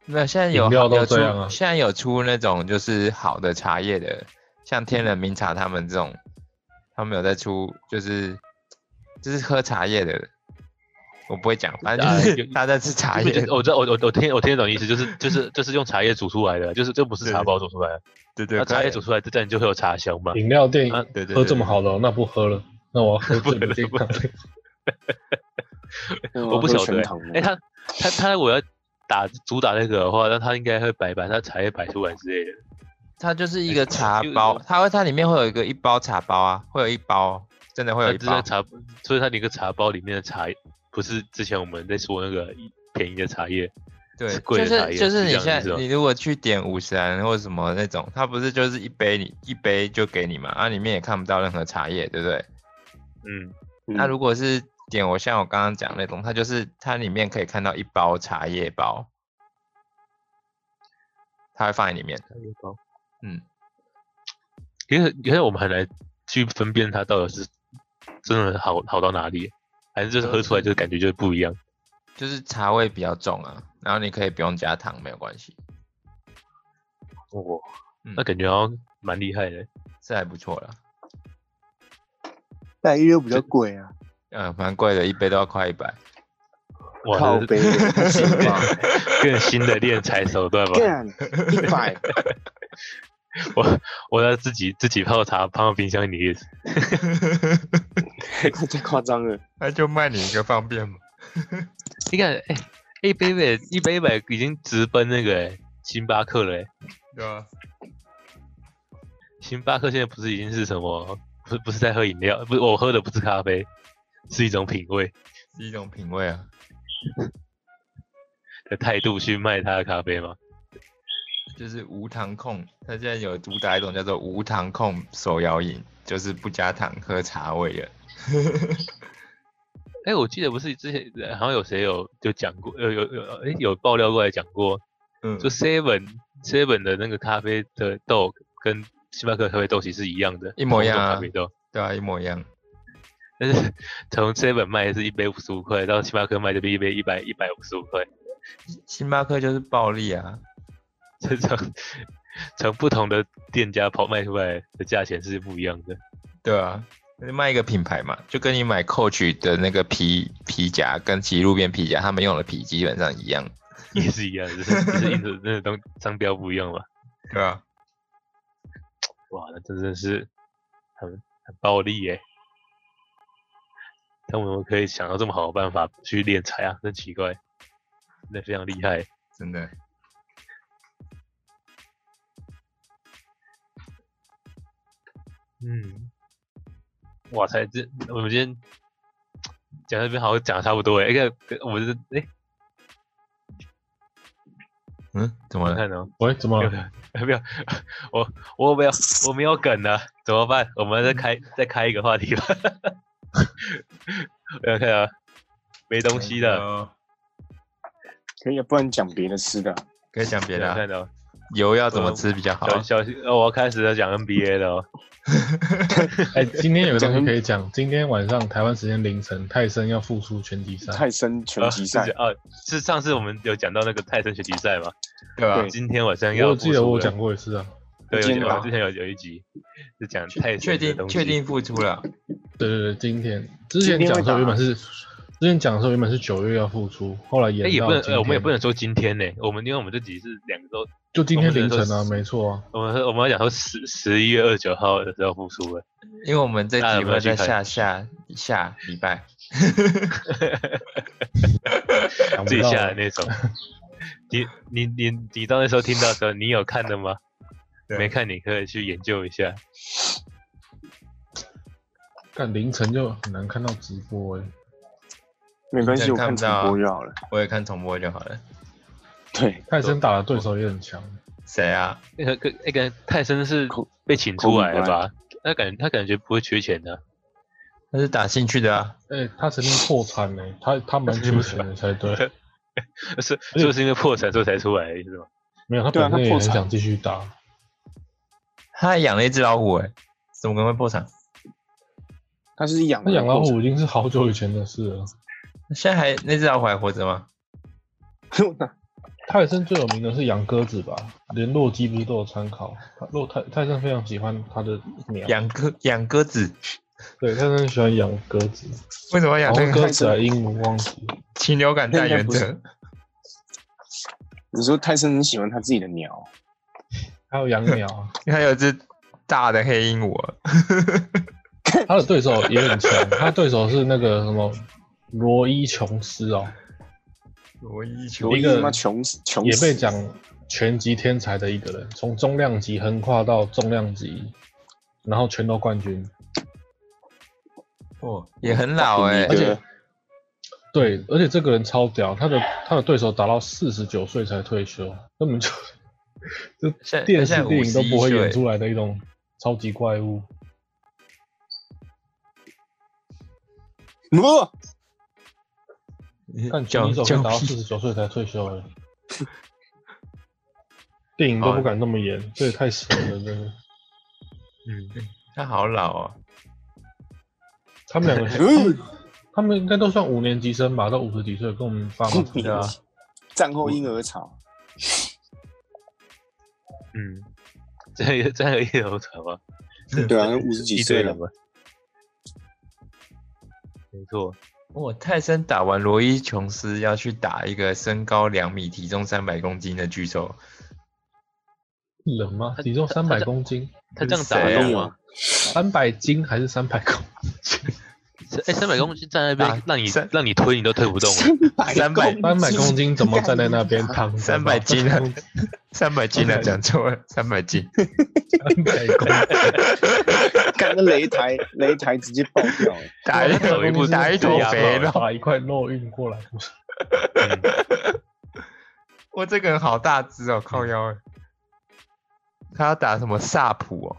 Speaker 2: 没有，现在
Speaker 4: 饮
Speaker 2: 有
Speaker 4: 料
Speaker 2: 好有
Speaker 4: 都
Speaker 2: 出
Speaker 4: 这样啊
Speaker 2: 现在有出那种就是好的茶叶的，像
Speaker 4: 嗯
Speaker 2: 天人茗茶他们这种，他们有在出，就是就是喝茶叶的。我不会讲，反正就
Speaker 1: 啊有
Speaker 2: 是他在吃茶叶
Speaker 1: 就是。我知道，我我我听我听得懂意思，就是就是就是用茶叶煮出来的，就是这不是
Speaker 2: 对
Speaker 1: 茶包煮出来的，
Speaker 2: 对对，嗯
Speaker 1: 那啊茶
Speaker 2: 可
Speaker 1: 叶
Speaker 2: 以
Speaker 1: 煮出来，这这样就会有茶香嘛。
Speaker 4: 饮料店
Speaker 1: 啊
Speaker 2: 对对
Speaker 4: 喝
Speaker 2: 对
Speaker 4: 这么好的哦，那不喝了，那我要 喝
Speaker 1: 不
Speaker 4: 最
Speaker 1: 能
Speaker 4: 健康的。
Speaker 3: 没有啊
Speaker 1: 我不
Speaker 3: 喝
Speaker 1: 晓得
Speaker 3: 全
Speaker 1: 欸
Speaker 3: 糖
Speaker 1: 哎、
Speaker 3: 的
Speaker 1: 他他他我要打主打那个的话，那他应该会摆把他茶叶摆出来之类的。
Speaker 2: 它就是
Speaker 1: 哎
Speaker 2: 一个茶
Speaker 1: 就是
Speaker 2: 包，它会它里面会有一个一包茶包啊，会有一包，真的会有
Speaker 1: 那呃
Speaker 2: 一
Speaker 1: 这个
Speaker 2: 包。
Speaker 1: 茶，所以它那个茶包里面的茶，不是之前我们在说那个一便宜的茶叶，
Speaker 2: 对，
Speaker 1: 是贵
Speaker 2: 就
Speaker 1: 的茶
Speaker 2: 是
Speaker 1: 叶
Speaker 2: 就是是
Speaker 1: 这
Speaker 2: 你
Speaker 1: 样的意
Speaker 2: 现
Speaker 1: 思
Speaker 2: 在
Speaker 1: 吗
Speaker 2: 你如果去点五十兰或什么那种，它不是就是一杯你一杯就给你嘛，啊里面也看不到任何茶叶，对不对？
Speaker 1: 嗯，
Speaker 2: 那如果是点我像我刚刚讲那种，它就是它里面可以看到一包茶叶包，它会放在里面。
Speaker 1: 茶叶包。
Speaker 2: 嗯，
Speaker 1: 因为因为我们很难去分辨它到底是真的好好到哪里，还是就是喝出来就是感觉就是不一样。
Speaker 2: 就是茶味比较重啊，然后你可以不用加糖，没有关系，
Speaker 1: 哦，
Speaker 2: 嗯
Speaker 1: 那感觉好像蛮厉害的。
Speaker 2: 这还不错了。
Speaker 3: 代一又比较贵啊，
Speaker 2: 嗯，蛮贵的，一杯都要快一百。
Speaker 1: 哇，
Speaker 3: 靠
Speaker 1: 这
Speaker 3: 背
Speaker 1: 是
Speaker 3: 不行吧？
Speaker 1: 更新的敛财手段吧？
Speaker 3: 干一百，
Speaker 1: 我我要自己自己泡茶放到冰箱里，
Speaker 3: 太夸张了。
Speaker 2: 那就卖你一个方便嘛。
Speaker 1: 你看，哎、一杯杯一杯杯已经直奔那个、哎星巴克了、哎
Speaker 2: 对啊，
Speaker 1: 星巴克现在不是已经是什么？不是不是在喝饮料，不是我喝的不是咖啡，是一种品味
Speaker 2: 是一种品味啊。
Speaker 1: 的态度去卖他的咖啡吗？
Speaker 2: 就是无糖控，它现在有主打一种叫做无糖控手摇饮，就是不加糖喝茶味的。
Speaker 1: 哎、我记得不是之前呃好像有谁有就讲过，有有有，哎、有爆料过来讲过，
Speaker 2: 嗯，
Speaker 1: 就 Seven Seven 的那个咖啡的豆跟星巴克咖啡豆其实是一样的，
Speaker 2: 一模一样
Speaker 1: 同种
Speaker 2: 啊
Speaker 1: 咖啡豆，
Speaker 2: 对啊，一模一样。
Speaker 1: 但是 从 Seven 卖是一杯五十五块，到星巴克卖就变一杯一百一百五十五块，
Speaker 2: 星巴克就是暴利啊，
Speaker 1: 这从从不同的店家跑卖出来的价钱是不一样的。
Speaker 2: 对啊，卖一个品牌嘛，就跟你买 Coach 的那个皮皮夹，跟骑路边皮夹，他们用的皮基本上一样，
Speaker 1: 也是一样，只是只是印着那东商标不一样嘛。
Speaker 2: 对啊，
Speaker 1: 哇，那真的是很很暴力耶、他们可以想到这么好的办法去敛财啊，真奇怪，真的非常厉害。
Speaker 2: 真的。
Speaker 1: 嗯，哇塞，这我们今天讲到这边好像讲的差不多哎、欸，哎，我们这哎，
Speaker 2: 嗯，怎么
Speaker 1: 我
Speaker 2: 了？
Speaker 1: 看哦，
Speaker 4: 喂，怎么
Speaker 1: 没有
Speaker 4: 了？
Speaker 1: 没有 没有，我我没有我没有梗了，怎么办？我们再开再开一个话题吧。 我想看啊，没东西的，
Speaker 2: 了，
Speaker 3: 可以啊，不然讲别的吃的啊。
Speaker 2: 可以讲别
Speaker 1: 没
Speaker 2: 的啊、
Speaker 1: 看到。
Speaker 2: 油要怎么吃比较好啊？
Speaker 1: 小小心哦，我要开始要讲 NBA 了 哦。
Speaker 4: 哎，今天有个东西可 以讲，今天晚上台湾时间凌晨，泰森要复出拳击赛。
Speaker 3: 泰森拳击赛
Speaker 1: 呃，哦，是上次我们有讲到那个泰森拳击赛嘛？啊
Speaker 2: 对啊吧、
Speaker 3: 对
Speaker 1: 今天晚上
Speaker 4: 我
Speaker 1: 要
Speaker 4: 有记
Speaker 1: 复
Speaker 4: 得
Speaker 1: 出
Speaker 4: 我有
Speaker 1: 了
Speaker 4: 讲过一次啊，
Speaker 1: 对，
Speaker 3: 今
Speaker 1: 有
Speaker 3: 天
Speaker 1: 讲
Speaker 3: 吧
Speaker 1: 之前有有一集是讲泰森
Speaker 2: 确
Speaker 1: 的
Speaker 2: 定
Speaker 1: 东西
Speaker 2: 确定复出了，
Speaker 4: 对对对，今天之前讲的时候原本是，之前讲的时候原本是九月要复出，后来
Speaker 1: 哎，
Speaker 4: 延
Speaker 1: 也
Speaker 4: 到
Speaker 1: 不能，
Speaker 4: 今
Speaker 1: 呃我们也不
Speaker 4: 天
Speaker 1: 能说今天呢，我们因为我们这集是两个都，
Speaker 4: 就今天凌
Speaker 1: 我
Speaker 4: 晨
Speaker 1: 们那时候
Speaker 4: 啊，没错啊，
Speaker 1: 我们我们要讲说十十一月二十九号的时候复出了，
Speaker 2: 因为我们这
Speaker 1: 那
Speaker 2: 集
Speaker 1: 有没
Speaker 2: 会
Speaker 1: 有去
Speaker 2: 在
Speaker 1: 看
Speaker 2: 下下下礼拜。
Speaker 4: 想
Speaker 1: 最
Speaker 4: 不到啊
Speaker 1: 下的那种。 你你你你到那时候听到的时候，你有看的吗？
Speaker 2: 对啊
Speaker 1: 没看，你可以去研究一下。
Speaker 4: 但凌晨就很难看到直播哎、
Speaker 3: 没关系，
Speaker 2: 你
Speaker 3: 我
Speaker 2: 看
Speaker 3: 看
Speaker 2: 不
Speaker 3: 直
Speaker 2: 到啊
Speaker 3: 播就好了。
Speaker 2: 我也看重播就好了。
Speaker 3: 对，
Speaker 4: 泰森打的对手也很强，
Speaker 2: 谁啊？
Speaker 1: 那个个那个泰森是
Speaker 3: 口
Speaker 1: 被请出来了吧？他感觉他感觉不会缺钱的、
Speaker 2: 那是打兴趣的啊。
Speaker 4: 哎、他曾经破产呢、他他蛮缺钱的才对，
Speaker 1: 是
Speaker 2: 哎
Speaker 1: 是不是因为破产所以才出来的意思吗？
Speaker 4: 没有他
Speaker 3: 对啊
Speaker 4: 本身也
Speaker 3: 他破
Speaker 4: 很
Speaker 3: 产
Speaker 4: 想继续打，
Speaker 2: 他还养了一只老虎、欸，哎，怎么可能会破产？
Speaker 3: 他是养
Speaker 4: 他养老虎已经是好久以前的事了。
Speaker 2: 现在还那只老虎还活着吗？
Speaker 4: 泰森最有名的是养鸽子吧，连洛基不是都有参考。洛泰泰森非常喜欢他的鸟，
Speaker 2: 养鸽养鸽子，
Speaker 4: 对，泰森很喜欢养鸽子，
Speaker 2: 为什么要
Speaker 4: 然
Speaker 2: 养
Speaker 4: 后
Speaker 2: 那
Speaker 4: 鸽
Speaker 2: 个？
Speaker 4: 子还鹦鹉忘记了，
Speaker 2: 禽流感大原
Speaker 3: 那
Speaker 2: 则，
Speaker 3: 你说泰森很喜欢他自己的鸟，
Speaker 4: 还有养鸟啊。
Speaker 2: 还有一只大的黑鹦鹉，啊
Speaker 4: 他的对手也很强，他对手是那个什么罗伊琼斯哦，
Speaker 2: 罗伊球
Speaker 4: 有
Speaker 3: 罗
Speaker 4: 一
Speaker 3: 伊
Speaker 4: 个
Speaker 3: 他妈穷死穷
Speaker 4: 也
Speaker 3: 死
Speaker 4: 被讲拳击天才的一个人，从重量级横跨到重量级，然后全都冠军。
Speaker 2: 哦，也很老哎、
Speaker 3: 而且
Speaker 4: 对，而且这个人超屌，他的他的对手打到四十九岁才退休，根本就
Speaker 2: 现
Speaker 4: 就
Speaker 2: 在
Speaker 4: 电
Speaker 2: 现
Speaker 4: 视
Speaker 2: 在
Speaker 4: 电影都不会
Speaker 2: 51
Speaker 4: 演
Speaker 2: 岁
Speaker 4: 出来的一种超级怪物。
Speaker 3: 不，
Speaker 4: 但拳
Speaker 2: 叫
Speaker 4: 击手可以
Speaker 2: 叫
Speaker 4: 打到四
Speaker 2: 屁
Speaker 4: 十九岁才退休哎，电影都不敢那么演， 这也太神了，真的。
Speaker 1: 嗯，
Speaker 2: 他好老哦，
Speaker 4: 他们两个 他
Speaker 3: 嗯
Speaker 4: 们，他们应该都算五年级生吧，到五十几岁，跟我们爸妈差不
Speaker 2: 啊
Speaker 4: 多。
Speaker 3: 战后婴儿潮，
Speaker 1: 嗯，这样有这样有一头长吗？
Speaker 3: 对啊，五十几
Speaker 1: 一
Speaker 3: 岁
Speaker 1: 堆
Speaker 3: 了
Speaker 1: 人，吗？没错，
Speaker 2: 哇，哦泰森打完罗伊琼斯要去打一个身高两米、体重三百公斤的巨兽，
Speaker 4: 冷吗？体重三
Speaker 1: 他
Speaker 4: 百
Speaker 1: 这
Speaker 4: 公斤，
Speaker 1: 他这样打
Speaker 2: 谁
Speaker 1: 得
Speaker 2: 啊
Speaker 1: 动吗？
Speaker 4: 三百斤还是三百公斤？
Speaker 1: 哎，三百公斤站在那边
Speaker 2: 打，
Speaker 1: 让你
Speaker 2: 三
Speaker 1: 让你推你都推不动了。
Speaker 3: 三百
Speaker 2: 三百
Speaker 4: 三百公斤怎么站在那 边躺着？
Speaker 2: 三百斤啊，三百斤啊，
Speaker 4: 300
Speaker 2: 讲错了，三百斤，
Speaker 1: 啊
Speaker 4: 三百公斤，
Speaker 3: 干个擂台，擂台直接爆掉欸了。
Speaker 2: 打一
Speaker 1: 头
Speaker 2: 头打一头肥
Speaker 1: 啊
Speaker 2: 肉，
Speaker 4: 把一块肉运过来。
Speaker 1: 嗯
Speaker 2: 我这个人好大只哦，靠腰哎。他要打什么萨普哦？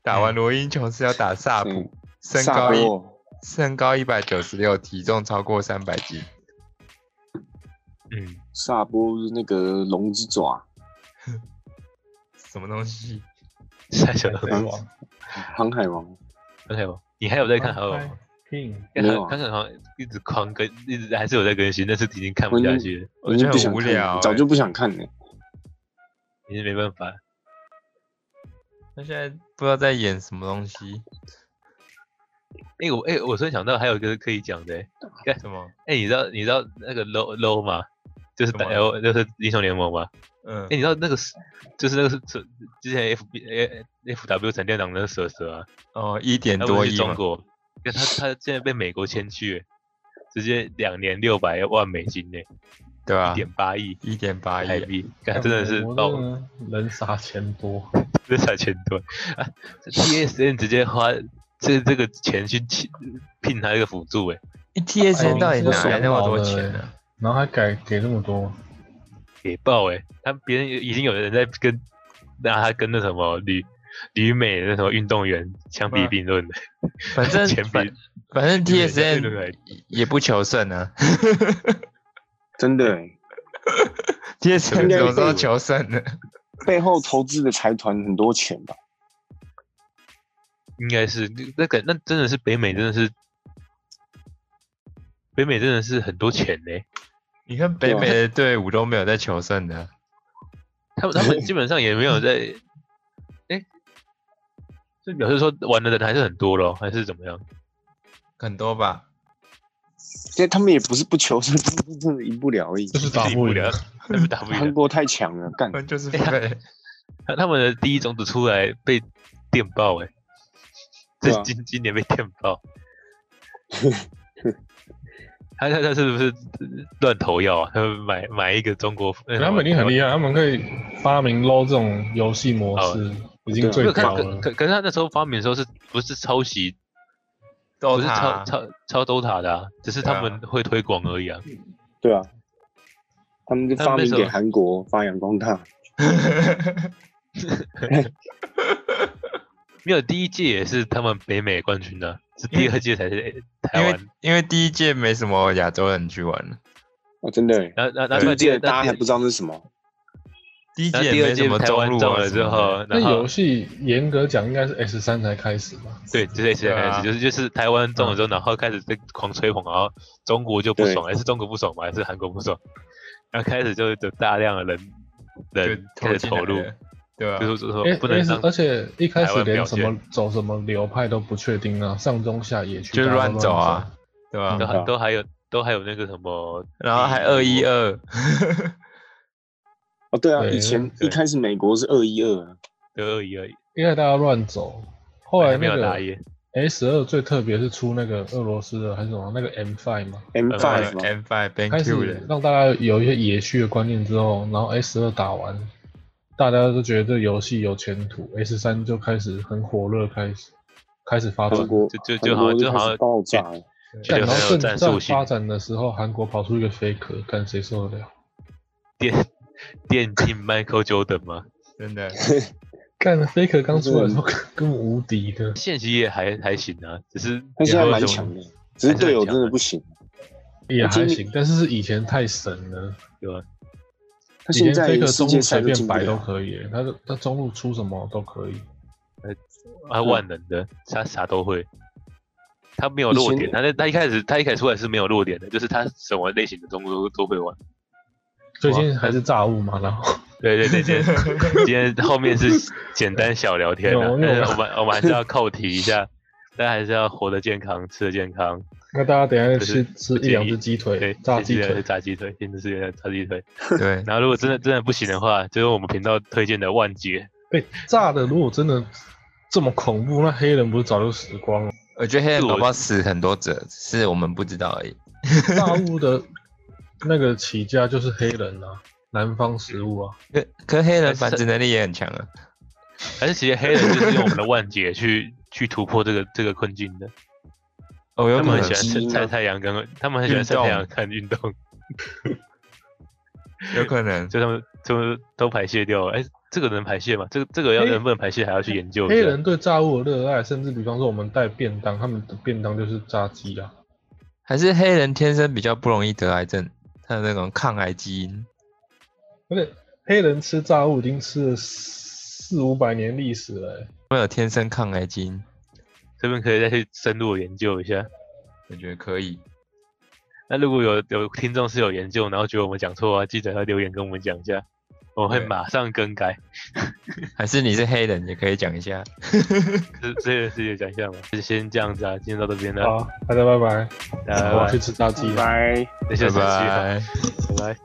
Speaker 2: 打
Speaker 1: 嗯
Speaker 2: 完罗英琼斯要打萨普，身
Speaker 3: 萨
Speaker 2: 高一
Speaker 3: 博
Speaker 2: 身高一百九十六，体重超过三百斤。
Speaker 1: 嗯，
Speaker 3: 萨波是那个龙之爪，
Speaker 2: 什么东西？
Speaker 1: 下小头啊
Speaker 4: 对吧
Speaker 3: 航海王，
Speaker 1: 还有哦你还有在看哦还有吗？
Speaker 4: King，
Speaker 1: 他
Speaker 3: 没有啊
Speaker 1: 他可能好像一直狂更，一直还是有在更新，但是已经看不下
Speaker 3: 嗯
Speaker 1: 去了，
Speaker 2: 我觉得
Speaker 3: 不想
Speaker 2: 很无
Speaker 3: 看
Speaker 2: 聊欸
Speaker 3: 早就不想看了。
Speaker 1: 已经没办法。
Speaker 2: 他现在不知道在演什么东西，
Speaker 1: 哎、我哎、我突然想到还有一个可以讲的、欸，
Speaker 2: 什么？
Speaker 1: 哎、你知道你知道那个 low low 吗？就是
Speaker 2: 什么啊
Speaker 1: L 就是英雄联盟吗？
Speaker 2: 嗯
Speaker 1: 哎、，你知道那个是就是那个是是之前 F B F W 闪电党那个蛇蛇啊，
Speaker 2: 哦，一点
Speaker 1: 他
Speaker 2: 多
Speaker 1: 不是
Speaker 2: 亿
Speaker 1: 去
Speaker 2: 嘛
Speaker 1: 中，国，但他他现在被美国签去，直接两年六百万美金呢、
Speaker 2: 对啊
Speaker 1: 一？
Speaker 2: 吧
Speaker 1: 点八亿
Speaker 2: 一点八
Speaker 1: 台
Speaker 2: 亿，
Speaker 1: 币，干哎真的是哦
Speaker 4: 我
Speaker 1: 爆，
Speaker 4: 真的人傻钱多，
Speaker 1: 这才钱多啊！TSN 直接花这这个钱去请聘他一个辅助哎、
Speaker 2: 一 TSN 哎到底
Speaker 4: 这个
Speaker 2: 哪来那么多
Speaker 4: 爽到
Speaker 2: 钱
Speaker 4: 了
Speaker 2: 呢？
Speaker 4: 然后还改给那么多，
Speaker 1: 给爆哎、他别人已经有人在跟拿他跟那什么旅旅美那什么运动员相比
Speaker 2: 妈
Speaker 1: 并论的，
Speaker 2: 反正
Speaker 1: 前
Speaker 2: 反
Speaker 1: 比
Speaker 2: 反正
Speaker 1: 对对对
Speaker 2: TSN 也不求胜啊
Speaker 3: 真的欸，
Speaker 2: ，TSN
Speaker 3: 应该
Speaker 2: 有时候
Speaker 3: 被
Speaker 2: 求胜的，
Speaker 3: 背后投资的财团很多钱吧？
Speaker 1: 应该是那那个那真的是北美真的是北美真的是很多钱呢、
Speaker 2: 你看北
Speaker 3: 对啊
Speaker 2: 美的队伍都没有在求胜的啊，
Speaker 1: 他们他们基本上也没有在，哎、这表示说玩的人还是很多咯，还是怎么样？
Speaker 2: 很多吧？
Speaker 3: 这他们也不是不求， 是真的赢不了而已。
Speaker 4: 就是打
Speaker 1: 自己
Speaker 4: 不
Speaker 1: 不
Speaker 4: 赢
Speaker 1: 了，他们 打不
Speaker 3: 韩
Speaker 1: 赢。
Speaker 3: 国太强了，干
Speaker 2: 那就是
Speaker 1: 哎呀
Speaker 2: 被
Speaker 1: 他他们的第一种子出来被电爆哎、
Speaker 3: 对
Speaker 1: 这
Speaker 3: 啊
Speaker 1: 今今年被电爆。他他他是不是乱投药啊？他们买买一个中国，
Speaker 4: 他们已经很厉害，他们可以发明 LO 这种游戏模式，已经
Speaker 1: 哦啊没
Speaker 4: 最
Speaker 1: 有看
Speaker 4: 高
Speaker 1: 可
Speaker 4: 了。
Speaker 1: 可可是他那时候发明的时候是不是抄袭？
Speaker 2: 都啊
Speaker 1: 不是抄
Speaker 2: 他
Speaker 1: 抄抄 DOTA 的、啊，只是
Speaker 2: 对啊
Speaker 1: 他们会推广而已啊。
Speaker 3: 对啊，他们就
Speaker 1: 他们
Speaker 3: 发
Speaker 1: 那
Speaker 3: 明
Speaker 1: 时候
Speaker 3: 给韩国发扬光大。
Speaker 1: 没有第一届也是他们北美冠军啊，是
Speaker 2: 因为
Speaker 1: 第二届才是
Speaker 2: 因
Speaker 1: 台
Speaker 2: 为
Speaker 1: 湾。
Speaker 2: 因为第一届没什么亚洲人去玩，
Speaker 3: 哦，真的欸，
Speaker 1: 然后然后然
Speaker 3: 第
Speaker 1: 后
Speaker 3: 一
Speaker 1: 第二
Speaker 3: 届大家还
Speaker 1: 然
Speaker 3: 不知道那是什么，
Speaker 2: 第一
Speaker 1: 后
Speaker 2: 届
Speaker 1: 第
Speaker 2: 也
Speaker 1: 二
Speaker 2: 没什
Speaker 1: 届
Speaker 2: 么
Speaker 1: 台湾
Speaker 2: 中路
Speaker 1: 中
Speaker 2: 啊
Speaker 1: 了
Speaker 2: 什
Speaker 1: 之
Speaker 2: 么的，
Speaker 1: 后，
Speaker 4: 那
Speaker 1: 然后
Speaker 4: 游戏严格讲应该是 S 三才开始吧？
Speaker 1: 对，就是现在开始，
Speaker 2: 对啊嗯
Speaker 1: 就是就是台湾中了之后，然后开始在狂吹捧，然后中国就不
Speaker 3: 对
Speaker 1: 爽，还是中国不爽吗？还是韩国不爽？然后开始就有大量的人人
Speaker 2: 就
Speaker 1: 开
Speaker 2: 投
Speaker 1: 始
Speaker 2: 进
Speaker 1: 投
Speaker 2: 来
Speaker 1: 入，
Speaker 2: 了，对啊吧？
Speaker 1: 就是说
Speaker 4: 哎
Speaker 1: 说不能
Speaker 4: S
Speaker 1: 让
Speaker 4: 而且一开
Speaker 1: 台
Speaker 4: 始
Speaker 1: 湾
Speaker 4: 连
Speaker 1: 表
Speaker 4: 什
Speaker 1: 现
Speaker 4: 么走什么流派都不确定啊，上中下野区
Speaker 2: 就
Speaker 4: 大家都
Speaker 2: 乱走啊，对吧
Speaker 1: 都？
Speaker 3: 嗯
Speaker 1: 还都还有都还有那个什么
Speaker 2: 然后还二一二，
Speaker 3: 哦，对啊，
Speaker 4: 对
Speaker 3: 以前
Speaker 1: 对
Speaker 3: 一开始美国是二一二，啊
Speaker 1: 六二一而已，
Speaker 4: 走，因为大家乱走。后来
Speaker 1: 还没
Speaker 4: 那
Speaker 1: 有打
Speaker 4: 个
Speaker 1: 野，
Speaker 4: S 二最特别是出那个俄罗斯的还是什么那个 M five 嘛，
Speaker 3: M
Speaker 1: 呃
Speaker 3: five 嘛，
Speaker 2: M five b a n
Speaker 4: 开
Speaker 2: Q
Speaker 4: 始
Speaker 2: 的，
Speaker 4: 让大家有一些野区的观念之后，然后 S 二打完，大家都觉得这游戏有前途，S 三就开始很火热，开始开始发展
Speaker 3: 韩。国
Speaker 1: 呃就就
Speaker 3: 韩
Speaker 1: 就好像就
Speaker 3: 国就开
Speaker 1: 好
Speaker 3: 始
Speaker 1: 像
Speaker 3: 爆炸了，
Speaker 1: 觉
Speaker 4: 干
Speaker 1: 得
Speaker 4: 然
Speaker 1: 很
Speaker 4: 后
Speaker 1: 有
Speaker 4: 正
Speaker 1: 战术
Speaker 4: 在
Speaker 1: 性
Speaker 4: 发，展的时候，韩国跑出一个飞壳，看谁受得了？
Speaker 1: 电 电竞 Michael Jordan 吗？
Speaker 2: 真的。
Speaker 4: 干飞壳刚出来的时候 跟无敌的，
Speaker 1: 现实也还还行啊，只是
Speaker 3: 他现在
Speaker 1: 也没有
Speaker 3: 蛮
Speaker 1: 什么
Speaker 3: 强的，只是队友真的不行。
Speaker 4: 也还
Speaker 3: 今
Speaker 4: 行，但是是以前太神了。
Speaker 1: 对吧？
Speaker 3: 他
Speaker 4: 以前
Speaker 3: 现在
Speaker 4: 飞壳
Speaker 3: 世
Speaker 4: 中
Speaker 3: 界
Speaker 4: 路
Speaker 3: 赛
Speaker 4: 随
Speaker 3: 都
Speaker 4: 便
Speaker 3: 进不啊
Speaker 4: 摆都
Speaker 3: 了，
Speaker 4: 可以，他他中路出什么都可以。
Speaker 1: 他啊万能的，他啥都会。他没有
Speaker 3: 以
Speaker 1: 弱
Speaker 3: 前
Speaker 1: 点，他在他一开始他一开始出来是没有弱点的，就是他什么类型的中路都都会玩。
Speaker 4: 最近还是炸物嘛，然后
Speaker 1: 对对对，今天 今天后面是简单小聊天的、
Speaker 4: 有
Speaker 1: 但是
Speaker 4: 有
Speaker 1: 我们我们还是要扣题一下，大家还是要活得健康，吃得健康。
Speaker 4: 那大家等一下
Speaker 1: 就是
Speaker 4: 吃吃
Speaker 1: 不
Speaker 4: 一两
Speaker 1: 建议
Speaker 4: 只鸡
Speaker 1: 对
Speaker 4: 腿，，炸鸡
Speaker 1: 现在是
Speaker 4: 腿。
Speaker 1: 炸鸡腿，现在是炸鸡腿。
Speaker 2: 对，
Speaker 1: 然后如果真的真的不行的话，就是我们频道推荐的万劫，
Speaker 4: 被炸的，如果真的这么恐怖，那黑人不是早就死光 了？
Speaker 2: 我觉得黑人
Speaker 1: 是我
Speaker 2: 宝宝死很多者，只是我们不知道而已。
Speaker 4: 大陆的那个起家就是黑人啊，南方食物啊，
Speaker 2: 可可黑
Speaker 1: 还
Speaker 2: 人
Speaker 1: 是
Speaker 2: 繁殖能力也很强啊，
Speaker 1: 还是其实黑人就是用我们的万劫去 去突破这个这个困境的。
Speaker 2: 哦，有
Speaker 1: 他
Speaker 2: 可
Speaker 1: 们
Speaker 2: 能
Speaker 1: 很喜欢
Speaker 3: 基
Speaker 1: 吃
Speaker 3: 因啊
Speaker 1: 晒太阳跟他们很喜欢晒太阳看运动，
Speaker 2: 有可能，
Speaker 1: 就他们就都排泄掉了。哎，这个能排泄吗？这个这个要
Speaker 4: 黑
Speaker 1: 能不能排泄还要去研究一下。
Speaker 4: 黑人对炸物的热爱，甚至比方说我们带便当，他们的便当就是炸鸡啊。
Speaker 2: 还是黑人天生比较不容易得癌症，他有那种抗癌基因。
Speaker 4: 而且黑人吃炸物已经吃了四五百年历史了欸、
Speaker 2: 会有天生抗癌基因，
Speaker 1: 这边可以再去深入研究一下。
Speaker 2: 我觉得可以。
Speaker 1: 那如果有有听众是有研究，然后觉得我们讲错啊，记得要留言跟我们讲一下，我们会
Speaker 2: 对
Speaker 1: 马上更改。
Speaker 2: 还是你是黑人也可以讲一下。
Speaker 1: 这这个事情讲一下嘛，就先这样子啊，今天到这边了，
Speaker 4: 好，大家拜拜，
Speaker 1: 大家
Speaker 4: 我要
Speaker 1: 拜
Speaker 4: 去
Speaker 1: 拜，
Speaker 4: 吃炸鸡了。
Speaker 3: 拜。
Speaker 1: 谢谢主持
Speaker 2: 拜
Speaker 1: 人
Speaker 2: 拜。
Speaker 1: 拜拜。